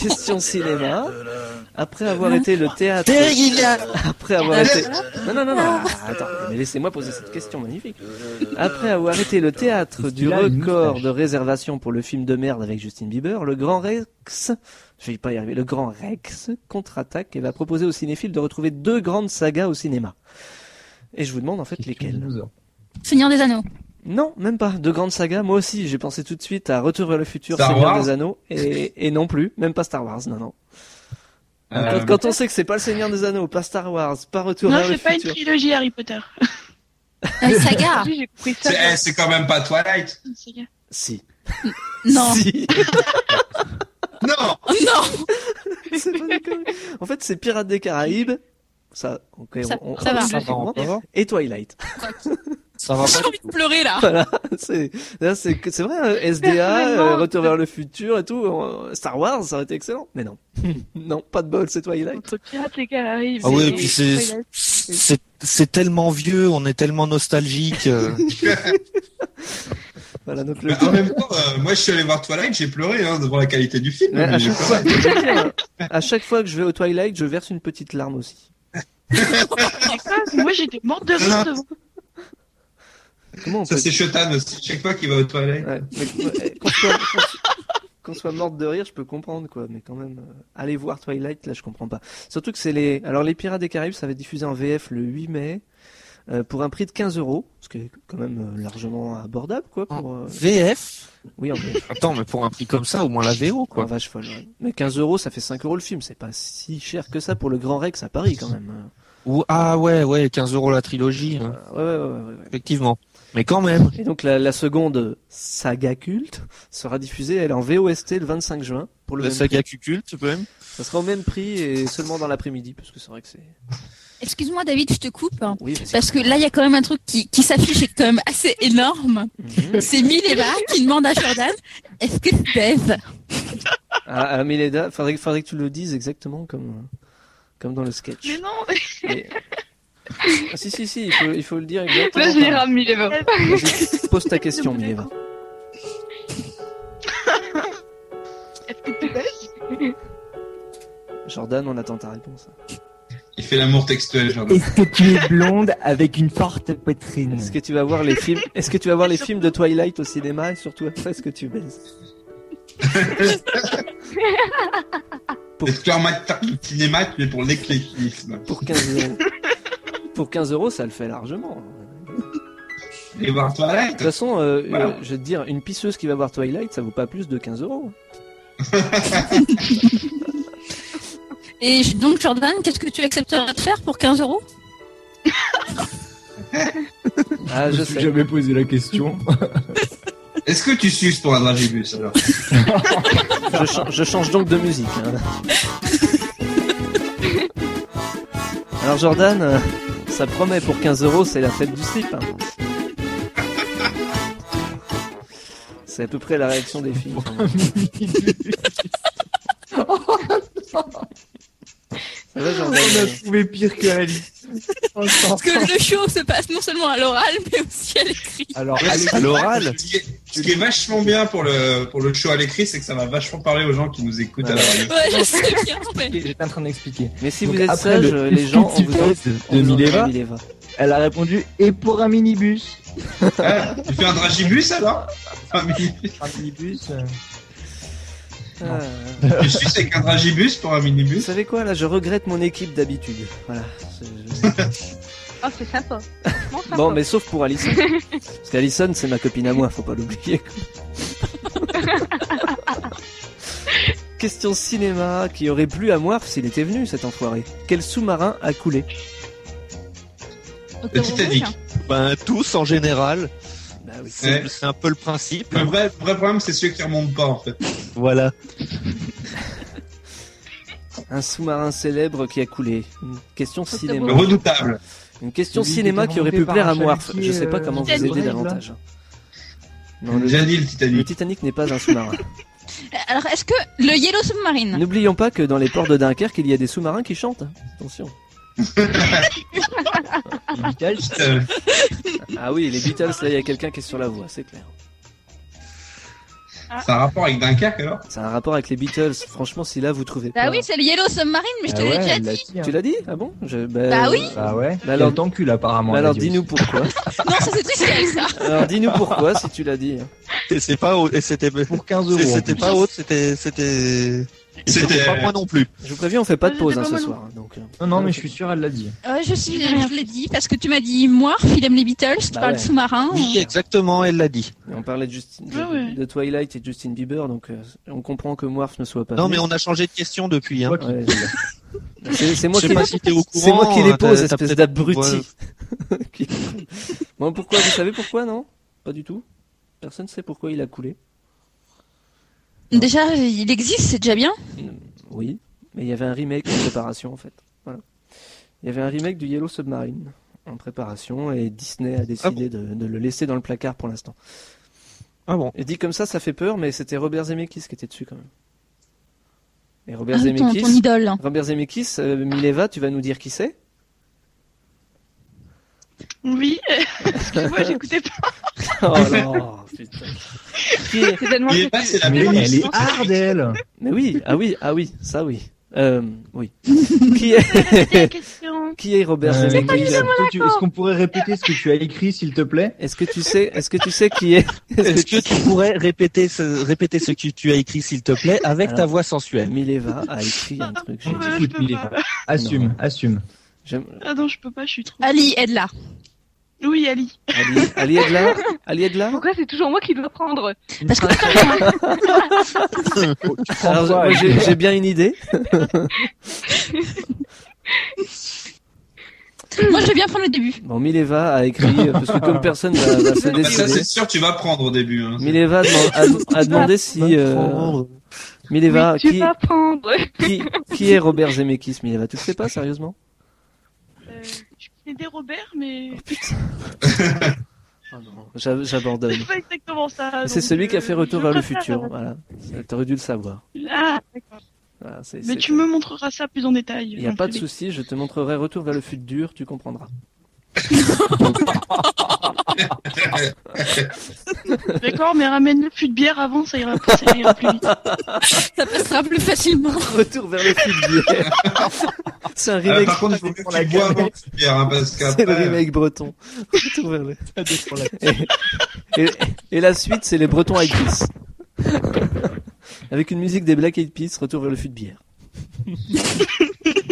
C: Question cinéma. Après avoir été le théâtre... Après avoir été... Non, non, non, non. Attends, mais laissez-moi poser cette question magnifique. Après avoir été le théâtre
D: Est-ce
C: du
D: qu'il a une
C: record
D: moustache
C: de réservation pour le film de merde avec Justin Bieber, le Grand Rex, je vais pas y arriver, le Grand Rex contre-attaque et va proposer aux cinéphiles de retrouver deux grandes sagas au cinéma. Et je vous demande en fait lesquelles.
E: Seigneur des Anneaux.
C: Non, même pas. Deux grandes sagas. Moi aussi, j'ai pensé tout de suite à Retour vers le futur,
F: Star
C: Seigneur
F: Wars
C: des Anneaux, et, et non plus, même pas Star Wars, non, non.
F: Euh,
C: Quand, quand on sait que c'est pas le Seigneur des Anneaux, pas Star Wars, pas Retour
A: Non,
C: vers le
A: c'est pas une
C: futur.
A: trilogie Harry Potter.
E: Une Euh, saga.
H: Oui, j'ai compris ça.
F: c'est eh, c'est quand même pas Twilight.
A: C'est gay.
C: Si.
E: Non.
C: Si.
F: Non,
E: Oh Non.
C: C'est pas des conneries. en fait, c'est Pirates des Caraïbes. Ça, ok,
E: Ça-
C: on, on-
E: ça va.
C: on-
D: Ça va encore.
C: Et Twilight.
G: Ça va
E: J'ai
G: pas.
E: envie de pleurer là.
C: Voilà, c'est là, c'est c'est vrai, hein, SDA,
H: Personnellement,
C: euh, Retour vers le futur et tout, euh, Star Wars, ça aurait été excellent. Mais non, non, pas de bol, c'est Twilight.
H: Entre pirates, les Caraïbes.
G: Ah oui,
H: et-
G: et puis c'est
H: Twilight.
G: c'est c'est tellement vieux, on est tellement nostalgique. euh.
C: Voilà, donc le.
F: Mais en même temps, euh, moi je suis allé voir Twilight, j'ai pleuré hein, devant la qualité du film.
C: Ouais,
F: mais
C: à,
F: j'ai
C: chaque
F: pleuré.
C: fois, euh, à chaque fois que je vais au Twilight, je verse une petite larme aussi.
A: Moi j'étais morte de rire devant.
C: Comment on
F: Ça
C: peut
F: c'est Chetan aussi, chaque fois qu'il va aux toilettes.
C: Ouais, mais- eh, ouais, qu'on soit, qu'on soit- qu'on soit morte de rire, je peux comprendre quoi, mais quand même, euh, aller voir Twilight, là, je comprends pas. Surtout que c'est les, alors les Pirates des Caraïbes, ça va être diffusé en VF le 8 mai euh, pour un prix de 15 euros, ce qui est quand même euh, largement abordable quoi.
A: Oh.
C: Pour, euh,
G: VF.
C: Oui, en VF.
G: Attends, mais pour un prix comme ça, au moins la VO
C: Quoi,
G: quoi.
C: Oh, vache folle. ouais. Mais 15 euros, ça fait 5 euros le film, c'est pas si cher que ça pour le Grand Rex à Paris quand même. hein.
G: Ou ah ouais ouais, 15 euros la trilogie, hein,
C: Euh, ouais, ouais, ouais, ouais, ouais.
G: effectivement. Mais quand même.
C: Et donc la, la seconde saga culte sera diffusée elle en VOST le 25 juin pour le
G: La
C: même
G: saga cuculte même.
C: prix. Ça sera au même prix et seulement dans l'après-midi parce que c'est vrai que c'est
E: Excuse-moi David, je te coupe. hein,
C: oui vas-y.
E: Parce que là, il y a quand même un truc qui, qui s'affiche et qui est quand même assez énorme.
C: Mhm.
E: C'est Mileva qui demande à Jordan, est-ce que tu baises
C: Ah, ah, Milena, faudrait faudrait que tu le dises exactement comme comme dans le sketch.
A: Mais non,
C: Mais- Ah, si si si, il faut, il faut le dire exactement.
H: Là, je les rame, il est mort.
C: Vas-y, Pose ta question Mileva.
A: est-ce que tu baises
C: Jordan, on attend ta réponse.
F: Il fait l'amour textuel, genre.
I: Est-ce que tu es blonde avec une forte poitrine
C: Est-ce que tu vas voir les films Est-ce que tu vas voir les films de Twilight au cinéma et surtout après est-ce que tu baises
F: C'est Claire McTarkin cinéma, mais pour l'éclectisme.
C: pour 15 euros Pour 15 euros, ça le fait largement.
F: Et voir
D: Ah
C: De
F: Twilight.
C: toute façon, euh,
F: Voilà.
C: euh, je vais te dire, une pisseuse qui va voir Twilight, ça vaut pas plus de 15 euros.
E: Et je- donc Jordan, qu'est-ce que tu accepterais de faire pour 15 euros
C: Ah,
D: Je
C: je
D: me suis
C: sais.
D: jamais posé la question.
F: Est-ce que tu suces ton adragibus alors
C: Je, cha- je change donc de musique. hein. Alors Jordan, euh, ça promet pour 15 euros, c'est la fête du slip. hein. C'est à peu près la réaction des filles. Ça va Jordan
I: trouvé pire que Alice.
E: Parce que le show se passe non seulement à l'oral, mais aussi à l'écrit.
I: Alors,
G: À l'oral.
F: Ce qui est- ce qui est vachement bien pour le, pour le show à l'écrit, c'est que ça va vachement parler aux gens qui nous écoutent à la radio.
E: Ouais, je sais bien, mais...
I: j'étais en train d'expliquer.
C: Mais si
I: Donc
C: vous êtes
I: après
C: sage,
I: le-
C: les gens, on
I: tu
C: vous en-
I: fais de-
C: on
I: de
C: vous en-
I: Mileva,
C: Mileva.
I: elle a répondu et pour un minibus.
F: Ah, tu fais un dragibus alors Ah, mais
I: Un minibus. euh,
C: Ah.
F: Tu suces avec un dragibus pour un
C: Vous
F: minibus
C: savez quoi là Je regrette mon équipe d'habitude. Voilà. Je- je-
H: Ah, c'est sympa. Bon, sympa.
C: Bon, mais sauf pour Alison. Parce qu'Alison, c'est ma copine à moi, faut pas l'oublier. Question cinéma qui aurait plu à Moirf s'il était venu cet enfoiré. Quel sous-marin a coulé
F: Le Titanic.
G: Ben tous en général.
C: Bah oui.
G: C'est c'est un peu le principe.
F: Le vrai, vrai problème, c'est ceux qui remontent pas en fait.
G: Voilà.
C: Un sous-marin célèbre qui a coulé. Une question
F: Le
C: cinéma.
F: redoutable.
C: Une question
I: Celui qui
C: cinéma
I: était
C: qui aurait pu
I: remonté par
C: plaire à
I: un
C: Moirf. Je
I: chalutier,
C: sais pas
I: euh,
C: comment vous
I: Titanic,
C: aider
I: là.
C: davantage. Non,
F: On
C: le,
F: l'a déjà dit le
C: le
F: Titanic.
C: Titanic n'est pas un sous-marin.
E: Alors, est-ce que le Yellow Submarine
C: N'oublions pas que dans les ports de Dunkerque, il y a des sous-marins qui chantent. Attention.
I: les Beatles.
F: Euh,
C: Ah oui, les Beatles, là, il y a quelqu'un qui est sur la voie, c'est clair.
F: C'est un rapport avec Dunkerque alors
C: C'est un rapport avec les Beatles. Franchement, si là vous trouvez
E: Bah
C: pas-
E: oui, c'est le Yellow Submarine, mais je te
I: Ah
E: l'ai
I: ouais,
E: déjà
I: elle l'a
E: dit.
I: hein.
C: Tu l'as dit Ah bon Je- bah,
E: Bah oui.
I: Bah ouais.
C: Bah alors-
I: Elle t'encule apparemment.
C: bah
I: elle a
C: alors
I: dit
C: dis-nous
I: aussi.
C: pourquoi.
E: Non, ça c'est Triskel, ça.
C: alors dis-nous pourquoi si tu l'as dit.
G: Et c'est pas haut- et c'était
I: Pour 15 euros.
G: c'est-
I: en
G: c'était
I: plus.
G: pas haute, c'était c'était
F: C'était-
G: c'était
C: euh,
G: pas moi non plus.
C: Je vous préviens, on fait pas de
A: Ah,
C: pause
A: j'étais
C: hein,
A: pas mal.
C: ce soir. hein, Donc, euh,
I: Non, non, mais je suis sûr, elle l'a dit.
E: Ouais, je suis, je l'ai dit parce que tu m'as dit moi, il aime les Beatles, tu
C: Bah
E: parles
C: ouais.
E: de sous-marin.
G: Oui, exactement, elle l'a dit.
C: on parlait de, Justin, de,
A: Ah ouais.
C: de Twilight et de Justin Bieber, donc euh, on comprend que Moirf ne soit pas.
G: Non, mais
C: venu.
G: on a changé de question depuis. Hein.
C: Ouais, je- c'est c'est moi
G: Je
C: qui
G: sais pas si t'es au courant.
C: c'est moi qui les
G: hein,
C: pose,
G: t'as- t'as
C: espèce
G: peut-être-
C: d'abruti. Qui- bon, pourquoi Vous savez pourquoi Non Pas du tout. Personne ne sait pourquoi il a coulé.
E: Déjà, il existe, c'est déjà bien. hein,
C: Oui, mais il y avait un remake en préparation en fait. Voilà. Il y avait un remake du Yellow Submarine. en préparation et Disney a décidé de, de le laisser dans le placard pour l'instant.
G: Ah bon
C: Et dit comme ça, ça fait peur, mais c'était Robert Zemeckis qui était dessus quand même. Et Robert
E: Ah, ton,
C: Zemeckis,
E: ton idole.
C: Robert Zemeckis, euh, Mileva, tu vas nous dire qui c'est
A: Oui, parce que moi j'écoutais pas.
C: Oh là, putain. Qui est-
H: C'est tellement
F: Il est pas, c'est
I: Ah,
F: la
D: Mais elle est
F: bénédiction.
D: hard, elle
I: Euh,
C: Mais oui, ah oui, ah oui, ça oui. Euh, oui. qui, est...
A: question.
C: qui est Robert
I: Euh,
C: Zemeckis
I: Mélissa, toi, tu- Est-ce qu'on pourrait répéter ce que tu as écrit, s'il te plaît
C: Est-ce que tu sais, est-ce que tu sais qui est
G: Est-ce que tu pourrais répéter ce, répéter ce que tu as écrit, s'il te plaît, avec
C: Alors.
G: ta voix sensuelle
C: Ben, Mileva a écrit un truc. j'ai-
A: Ouais, je
I: Écoute,
A: peux
I: il est
A: pas.
I: Assume, assume.
C: J'aime
A: Ah non, je peux pas, je suis trop.
E: Ali, aide-la.
A: Oui, Ali.
C: Ali, Ali Edla, Ali Edla.
H: Pourquoi c'est toujours moi qui dois prendre
E: Parce que
C: Alors, moi, j'ai j'ai bien une idée.
E: moi, je vais bien prendre le début.
C: Bon, Mileva a écrit euh, parce que comme personne va, va se
F: Bah, ça,
C: décider.
F: c'est sûr, tu vas prendre au début.
I: Mm.
F: hein.
C: Mileva a, deman- a- a demandé si euh,
G: Prendre.
C: Mileva
H: Mais Tu
C: qui,
H: vas prendre
C: qui qui est Robert Zemeckis. Mileva, tu le sais pas sérieusement
A: Euh, je connais des Robert, mais
C: Ah non, j'a- J'abandonne.
A: c'est pas exactement ça.
C: C'est
A: donc,
C: celui qui a
A: euh,
C: fait Retour
A: je
C: vers le
A: préfère-
C: futur. Voilà, t'aurais dû le savoir.
A: Ah, d'accord.
C: Voilà, c'est-
A: Mais
C: c'est-
A: tu me montreras ça plus en détail.
C: Il n'y a
A: Enfin,
C: pas de
A: c'est-
C: souci, je te montrerai Retour vers le futur, tu comprendras.
A: D'accord, mais ramène-le plus de bière avant, ça ira, ça ira plus vite.
E: Ça passera plus facilement.
C: Retour vers le futur. c'est un
F: Euh,
C: remake.
F: par contre, il faut mieux
C: pour
F: que
C: la
F: tu bois
C: gueule.
F: avant que tu bières, hein, parce
C: C'est le
F: qu'après.
C: remake breton. Retour vers le. Et, et- et la suite, c'est les Bretons Eyed Peas. Avec une musique des Black Eyed Peas, Retour vers le fut de bière. Qu'est-ce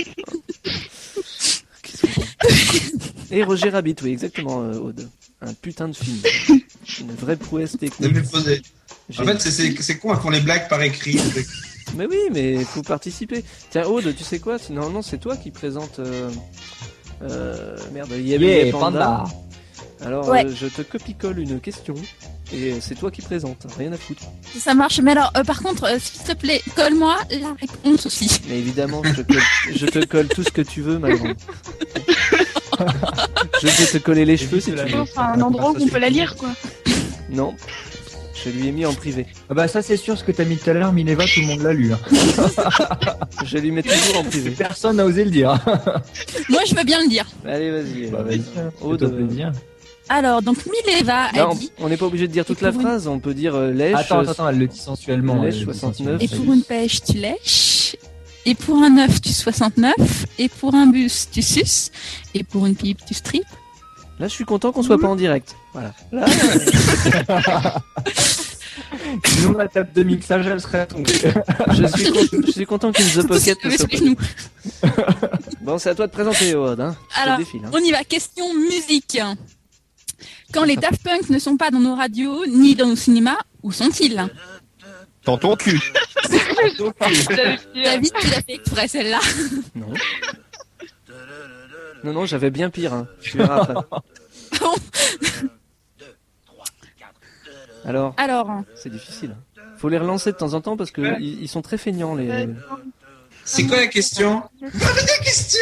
C: que c'est Et Roger Rabbit, oui, exactement, euh, Aude. Un putain de film. Une vraie prouesse
F: Ne
C: technique.
F: me posez. En
C: Génial.
F: fait, c'est- c'est c'est con, ils font les blagues par écrit.
C: Mais oui, mais faut participer. Tiens, Aude, tu sais quoi Tu- Normalement, c'est toi qui présente. Euh... euh, merde, Yabé
I: Yeah,
C: Panda.
I: Panda.
C: Alors,
E: Ouais.
C: euh, je te copie-colle une question et c'est toi qui présente. Rien à foutre.
E: Ça marche. Mais alors, euh, par contre, euh, s'il te plaît, colle-moi la réponse aussi.
C: Mais évidemment, je te colle, je te colle tout ce que tu veux, ma grande. je vais te coller les cheveux si tu veux.
A: Enfin, un endroit où on peut la lire, quoi.
C: Non. Je lui ai mis en privé.
I: Ah bah ça c'est sûr ce que t'as mis tout à l'heure, Mineva, tout le monde l'a lu. hein.
C: Je lui mets toujours en privé.
I: Personne n'a osé le dire.
E: Moi, je veux bien le dire.
C: Allez, vas-y.
I: Bah
C: euh,
I: vas-y,
C: Aude,
I: fais-toi plaisir.
E: Alors, donc, Mileva a
C: Non,
E: dit,
C: on n'est pas obligé de dire toute la phrase, on peut dire euh, lèche.
I: Attends,
C: euh,
I: attends, attends, elle le dit sensuellement.
C: Lèche
I: elle le dit
C: 69.
E: et
C: ça
E: pour une pêche, tu lèches. Et pour un œuf, tu 69. Et pour un bus, tu suces. Et pour une pipe, tu strip.
C: Là, je suis content qu'on soit pas en direct. Voilà. Là,
I: Sinon la table de mixage elle serait tombée.
C: je suis, con- je suis content qu'une The Pocket ne soit pas-
E: nous.
C: Bon, c'est à toi de présenter, Odd. Hein. Je te
E: Alors,
C: défile, hein.
E: On y va, question musique. Quand les Daft Punk ne sont pas dans nos radios ni dans nos cinémas, où sont-ils
G: Dans ton cul.
A: euh,
E: David, tu l'as fait exprès celle-là.
C: Non. Non, non, j'avais bien pire. Hein. Tu verras après. Alors,
E: Alors,
C: c'est difficile. hein. Faut les relancer de temps en temps parce que
F: Ouais.
C: ils, ils sont très feignants les.
F: C'est quoi la question La question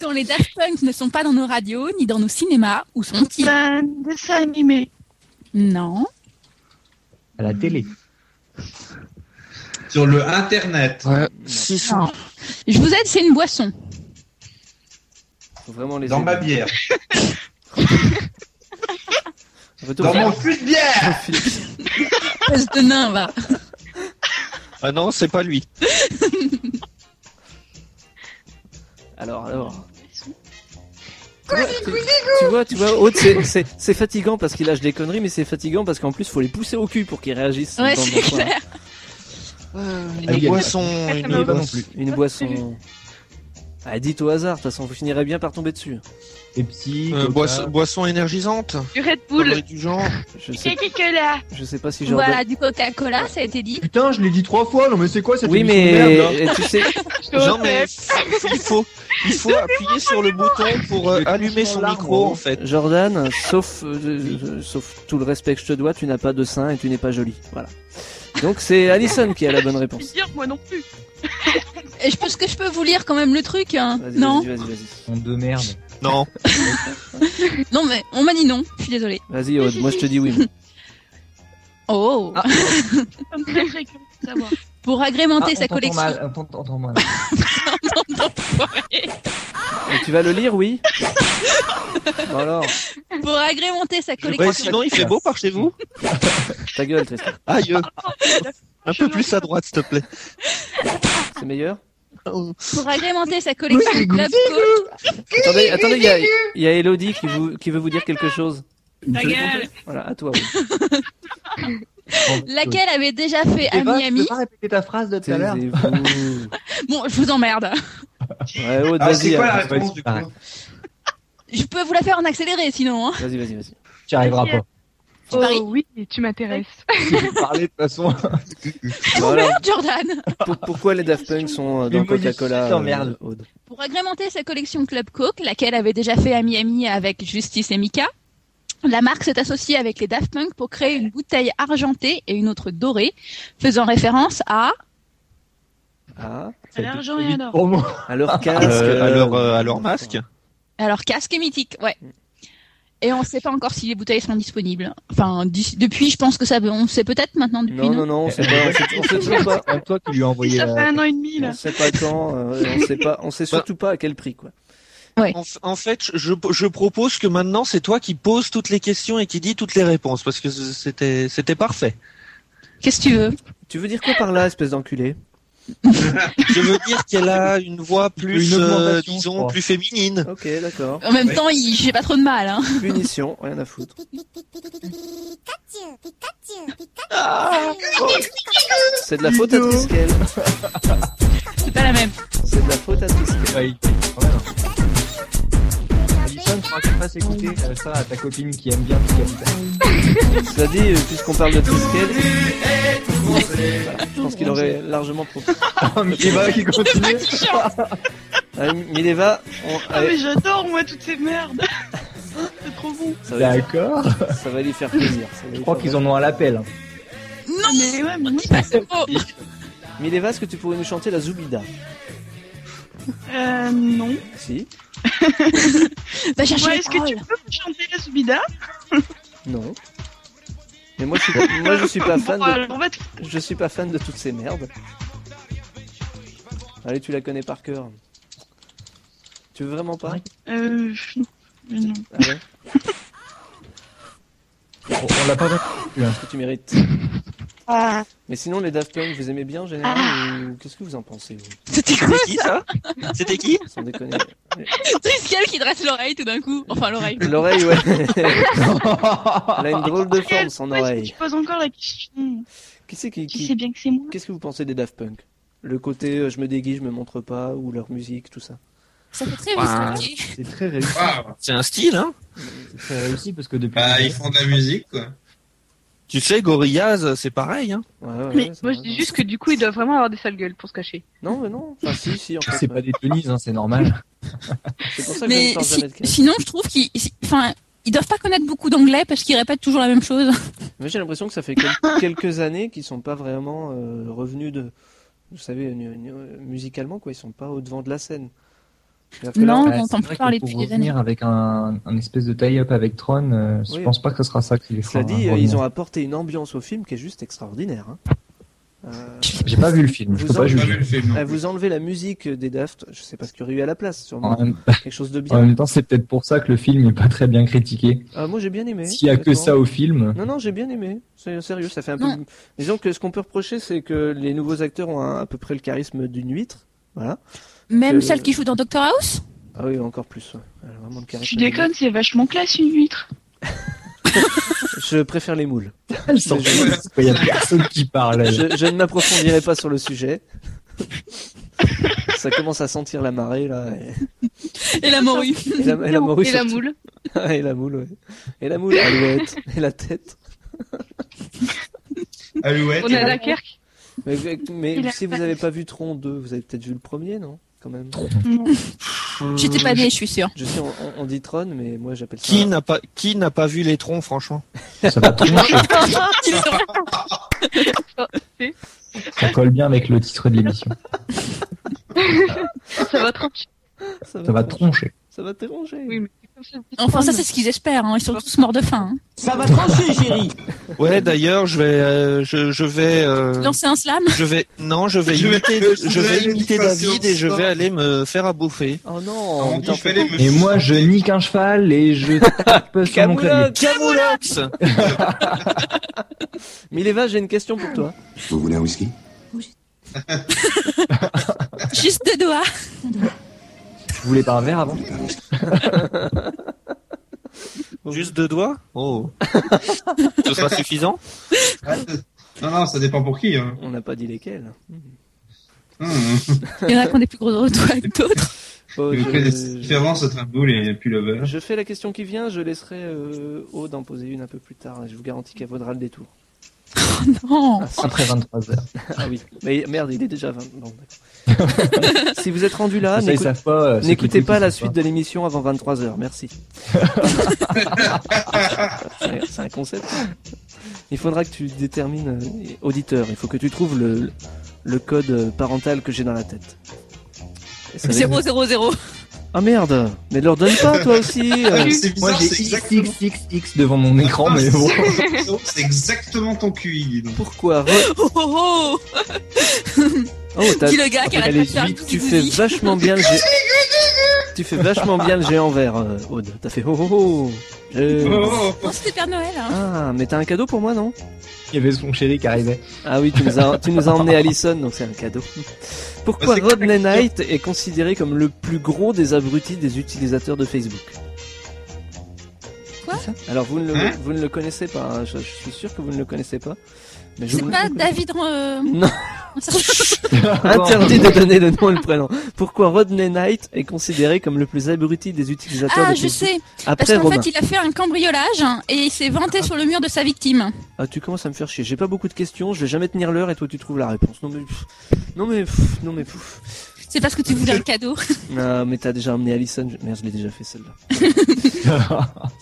E: quand les Daft Punk ne sont pas dans nos radios ni dans nos cinémas, où sont-ils
A: Un dessin animé.
E: Non.
I: À la télé.
F: Sur le internet.
G: Ouais.
E: Non. Je vous aide, c'est une boisson.
C: Faut vraiment les.
F: Dans
C: aider.
F: ma bière.
C: Retour
F: Dans
C: vers-
F: mon fût de bière
E: Espèce de nain, va.
G: Ah non, c'est pas lui.
C: Alors, alors. Tu vois, tu- tu vois, tu vois, Aude, c'est- c'est c'est fatigant parce qu'il lâche des conneries, mais c'est fatigant parce qu'en plus, faut les pousser au cul pour qu'ils réagissent.
E: Ouais,
C: dans-
E: c'est
C: dans-
E: clair.
D: Ah,
G: Une
I: Allez,
G: boisson,
H: allez.
G: une
H: Non,
I: non
G: boisson.
C: Une boisson. Ah, dites au hasard, de toute façon, vous finirez bien par tomber dessus.
I: Pepsi,
G: Euh,
I: Coca.
G: boisson, boisson énergisante.
H: du Red
G: Conneries
H: Bull.
G: Du genre.
C: Je
A: C'est
C: sais,
A: que là
C: je sais pas si j'en
J: Voilà, du Coca-Cola, ça a été dit.
I: Putain, je l'ai dit trois fois, non mais c'est quoi cette
C: Oui,
I: émission
C: mais
I: de merde, hein. là
C: et tu sais,
G: Non mais
A: Euh,
G: il faut, il faut appuyer sur le bouton pour euh,
I: Je vais
G: allumer
I: toucher
G: son
I: en larmes,
G: micro
I: hein.
G: en fait.
C: Jordan, sauf, euh, euh, sauf tout le respect que je te dois, tu n'as pas de sein et tu n'es pas jolie. Voilà. Donc c'est Alison qui a la bonne
A: Je vais
C: réponse.
A: dire, moi non plus.
J: Et je pense que je peux vous lire quand même le truc, hein.
C: Vas-y,
J: non
C: vas-y, vas-y,
D: Bande de merde.
G: Non.
J: Non, mais on m'a dit non, je suis désolée.
C: Vas-y, Aude, moi je te dis oui.
J: Oh
A: Ça me fait très curieux de savoir.
J: Pour agrémenter
D: Ah. Ah,
J: sa
D: on t'entend
J: collection.
D: mal, on t'entend- on t'entend mal.
C: Et tu vas le lire, oui Bon alors,
J: Pour agrémenter sa
G: Ouais,
J: collection.
G: sinon, il fait beau par chez vous
C: ta gueule, Tristan.
G: Aïe euh, Un peu plus à droite, s'il te plaît.
C: C'est meilleur
J: Pour agrémenter sa collection de club coat.
C: Attendez, attendez, il y a, il y a Elodie qui, vous, qui veut vous dire quelque chose.
A: Ta gueule
C: Voilà, à toi. oui.
J: laquelle avait déjà fait à
I: Eva, tu peux
J: Miami.
I: pas répéter ta phrase de tout à l'heure.
C: Taisez-vous.
J: Bon, je vous emmerde.
C: Ouais, Aude,
F: Ah, c'est
C: vas-y.
F: quoi la
C: hein.
F: réponse du coup
D: pareil.
J: Je peux vous la faire en accéléré sinon. hein.
C: Vas-y, vas-y, vas-y.
D: Tu arriveras pas.
J: Tu paries.
H: Oh oui, tu m'intéresses.
D: Si tu veux parler, de toute façon.
C: Bon, alors,
J: Merde, Jordan
C: pour- pourquoi les Daft Punk sont euh,
D: Mais
C: dans
D: moi, je suis
C: Coca-Cola
D: en
C: euh,
D: merde.
C: Aude
J: Pour agrémenter sa collection Club Coke, laquelle avait déjà fait à Miami avec Justice et Mika, la marque s'est associée avec les Daft Punk pour créer une bouteille argentée et une autre dorée, faisant référence à
C: Ah,
A: À l'argent et à l'or.
D: Pour moi.
C: à leur casque.
G: Euh, à, leur,
C: euh,
G: euh, à leur masque.
J: alors casque et mythique, ouais. Et on ne sait pas encore si les bouteilles sont disponibles. Enfin, d'ici- depuis, je pense que ça, on sait peut-être maintenant depuis.
C: Non, non, non, on sait pas, on sait, on sait toujours pas.
D: C'est toi qui lui as envoyé. euh,
A: Ça fait
C: euh,
D: la-
A: un an et demi
C: On
A: là.
C: sait pas quand, euh, on sait pas, on
G: Bah.
C: sait surtout pas à quel prix, quoi.
G: En, f- en fait, je, je propose que maintenant, c'est toi qui poses toutes les questions et qui dis toutes les réponses, parce que c'était c'était parfait.
J: Qu'est-ce que tu veux
C: Tu veux dire quoi par là, espèce d'enculé
G: Je veux dire qu'elle a une voix plus,
D: Une
G: euh,
D: augmentation, je
G: disons,
D: crois.
G: plus féminine.
C: Ok, d'accord.
J: En même
F: Ouais.
J: temps, il- j'ai pas trop de mal. Hein.
C: Punition, rien à foutre. C'est de la faute à Triskel.
J: C'est pas la même.
C: C'est de la faute à Triskel.
D: Ouais, quand même. Alison, faudra que tu fasses écouter euh, ça à ta copine qui aime bien Pika Pika.
C: Cela dit, euh, puisqu'on parle de Triskel, voilà, je pense qu'il aurait largement profité.
D: Ah, mais Eva qui continue.
C: Ah, Mileva, on...
A: Ah
C: allez,
A: mais j'adore moi toutes ces merdes. C'est trop bon.
C: ça, va,
D: D'accord.
C: ça va lui faire plaisir. ça va lui
D: Je crois
C: faire
D: qu'ils en ont à l'appel. hein.
A: Non mais ouais, mais moi,
C: plaisir. Mileva, est-ce que tu pourrais nous chanter la Zoubida
A: euh, non.
C: Si
J: Va chercher
A: Ouais,
J: les
A: est-ce que tu
J: paroles.
A: peux me chanter la Subida
C: Non. Mais moi je suis pas, moi, je suis pas fan
A: Bon,
C: de
A: alors, on va te-
C: Je suis pas fan de toutes ces merdes. Allez, tu la connais par cœur. Tu veux vraiment pas
A: Euh, mais non.
C: Ah ouais
D: On, on l'a pas
C: Parce que tu mérites.
H: Ah.
C: Mais sinon, les Daft Punk, vous aimez bien en général ou Qu'est-ce que vous en pensez vous
J: C'était quoi
G: C'était qui ça C'était qui
C: Sans déconner.
J: Triskel qui dresse l'oreille tout d'un coup. Enfin, l'oreille.
C: L'oreille, ouais. Elle a une drôle de forme, son
A: Pourquoi est-ce que
C: oreille.
A: tu poses encore la question
C: Qui c'est qui,
A: Tu
C: qui-
A: sais bien que c'est moi.
C: Qu'est-ce que vous pensez des Daft Punk Le côté euh, je me déguise, je me montre pas, ou leur musique, tout ça.
E: Ça fait très
G: Ouah.
E: risqué.
D: C'est très réussi.
F: Waouh.
G: C'est un style, hein
D: C'est très réussi parce que depuis.
F: Bah, ils font de la musique quoi.
G: Tu sais, Gorillaz, c'est pareil, hein
C: Ouais, ouais,
H: Mais
C: ouais, ça
H: moi,
C: va,
H: je dis
C: non.
H: juste que du coup, ils doivent vraiment avoir des sales gueules pour se cacher.
C: Non, mais non. Enfin, si, si, en fait.
D: C'est
C: ouais.
D: pas des tenises, hein, c'est normal.
C: C'est pour ça que je ne
E: Mais
C: parle
E: si-
C: jamais de Kanye.
E: sinon, je trouve qu'ils, si- enfin, ils doivent pas connaître beaucoup d'anglais parce qu'ils répètent toujours la même chose.
C: Moi, j'ai l'impression que ça fait quel- quelques années qu'ils sont pas vraiment euh, revenus de, vous savez, nu- nu- musicalement quoi, ils sont pas au devant de la scène. C'est-à-dire que
E: Non,
C: là,
E: on
D: Ouais,
E: n'entend
D: c'est
E: plus
D: vrai que
E: parler
D: pour
E: depuis des
D: revenir avec un, un espèce de tie-up avec Tron, euh, je
C: Oui.
D: pense pas que ce sera ça qui les
C: cela
D: fera. hein,
C: dit, euh,
D: revenir.
C: ils ont apporté une ambiance au film qui est juste extraordinaire. hein. Euh,
D: J'ai pas vu le film, je
C: Vous
D: peux
C: en-
D: pas
F: J'ai pas vu
D: juger.
F: le film. non.
C: euh, vous enlevez la musique des Daft, je sais pas ce qu'il y aurait eu à la place, sûrement
D: En même,
C: quelque chose de
D: en
C: bien.
D: même temps, c'est peut-être pour ça que le film est pas très bien critiqué.
C: Euh, moi j'ai bien aimé.
D: S'il y a que
C: honnêtement.
D: ça au film,
C: Non, non, j'ai bien aimé. C'est- Sérieux, ça fait un peu.
E: Non.
C: Disons que ce qu'on peut reprocher, c'est que les nouveaux acteurs ont un- à peu près le charisme d'une huître. Voilà.
E: Même
C: Euh,
E: celle qui joue dans Doctor House
C: Ah oui, encore plus. ouais. Elle a Vraiment le charisme.
A: Tu
C: d'une huître.
A: déconnes, c'est vachement classe une huître.
C: Je préfère les moules.
D: elle s'en fout parce qu'il y a personne qui parle. elle.
C: Je, je ne m'approfondirai pas sur le sujet. Ça commence à sentir la marée là. Et,
E: et la morue.
C: et la, et la morue
H: Et la
C: surtout.
H: moule.
C: Ah, et la moule, ouais. Et la moule, alouette. Et la tête.
F: Alouette. euh,
H: On est à Dunkerque.
C: Mais, mais
A: Et la
C: si vous n'avez pas vu Tron 2, vous avez peut-être vu le premier, non Quand même.
D: Mmh.
E: J'étais pas née, je suis sûre.
C: Je sais, on, on- on dit Tron, mais moi j'appelle ça.
G: Qui n'a pas, qui n'a pas vu les troncs, franchement
D: Ça va troncher.
E: Il est sur-
D: Ça colle bien avec le titre de l'émission.
H: Ça va trancher.
D: Ça va troncher.
C: Ça va t'éranger.
H: Oui, mais
E: Enfin, ça, c'est ce qu'ils espèrent. hein. Ils sont tous morts de faim. hein.
K: Ça va trancher, chérie.
G: Ouais, d'ailleurs, je vais, euh, je, je vais, euh,
E: Lancer un slam
G: je vais, non, je vais
F: Je vais-
G: imiter, je vais imiter David et je vais aller me faire à bouffer.
C: Oh
F: On
D: Ah,
C: non,
F: dit,
C: t'en
F: il fallait me
D: Et moi, je nique un cheval et je tape sur mon clavier.
C: Camoulox
G: Camoulox
C: Mileva, j'ai une question pour toi.
L: Vous voulez un whisky
E: Juste deux doigts.
D: Je voulais pas un verre avant.
G: Juste deux doigts Oh. Ce sera suffisant
F: Ah, ça- Non, non, ça dépend pour qui. Hein.
C: On n'a pas dit lesquels.
F: Hum,
E: Il y en a qui ont des plus gros doigts que d'autres.
C: Bon,
F: Vous connaissez la
C: Oh, je,
F: différence entre un boule et un pullover.
D: Euh,
C: je fais la question qui vient, je laisserai euh, Aude en poser une un peu plus tard. et Je vous garantis qu'elle vaudra le détour.
E: Non.
D: Après 23 heures.
C: Ah oui, mais merde, il est déjà 20. Bon, d'accord. si vous êtes rendu là,
D: Ça, ils
C: Ah, n'écoute-
D: savent pas. euh, ceux qui
C: n'écoutez
D: écoutent,
C: pas
D: ils
C: la
D: savent
C: suite de l'émission avant 23h, merci. C'est- C'est un concept. Il faudra que tu détermines, euh, auditeur, il faut que tu trouves le, le code euh, parental que j'ai dans la tête. Et ça va-
E: 0, 0, 0.
C: Ah merde, mais leur donne pas toi aussi euh.
F: Ah, C'est
D: Moi
F: bizarre,
D: j'ai
F: c'est exactement... Ah,
D: XXXX devant mon écran, mais bon.
F: c'est exactement ton QI, dis donc.
C: Pourquoi Re-
E: Oh, oh, oh.
C: Oh, t'as-
E: Dis le gars qui arrête
C: Allez,
E: pas de faire
C: vite, tu
E: bousy,
C: fais
E: bousy.
C: vachement bien le gé- Tu fais vachement bien le géant vert, euh, Aude. T'as fait oh oh oh.
D: Euh,
C: Je-
F: Oh, oh,
E: Oh, c'était Père Noël. Hein.
C: Ah, mais t'as un cadeau pour moi, non
D: Il y avait son chéri qui arrivait.
C: Ah oui, tu nous as, tu nous as emmené Allison, donc c'est un cadeau. Pourquoi
F: Bah, c'est
C: Rodney
F: clair.
C: Knight est considéré comme le plus gros des abrutis des utilisateurs de Facebook
E: Quoi
C: Alors vous ne, le,
F: Hein
C: vous ne le connaissez pas, hein. je, je suis sûr que vous ne le connaissez pas. Mais je vous
E: C'est
C: le-
E: pas David. euh,
C: Non.
E: Serge-
C: Interdit de donner le nom et le prénom. Pourquoi Rodney Knight est considéré comme le plus abruti des utilisateurs
E: Ah,
C: de
E: je
C: Facebook
E: sais. Parce
C: Après
E: qu'en
C: Romain.
E: fait, il a fait un cambriolage hein, et il s'est vanté sur le mur de sa victime.
C: Ah, tu commences à me faire chier. J'ai pas beaucoup de questions, je vais jamais tenir l'heure et toi tu trouves la réponse. Non mais pff, non mais pff, non mais pouf.
E: C'est parce que tu voulais un cadeau.
C: Non Ah, mais t'as déjà emmené Allison. Je- Merde, je l'ai déjà fait celle-là. C'est
E: Je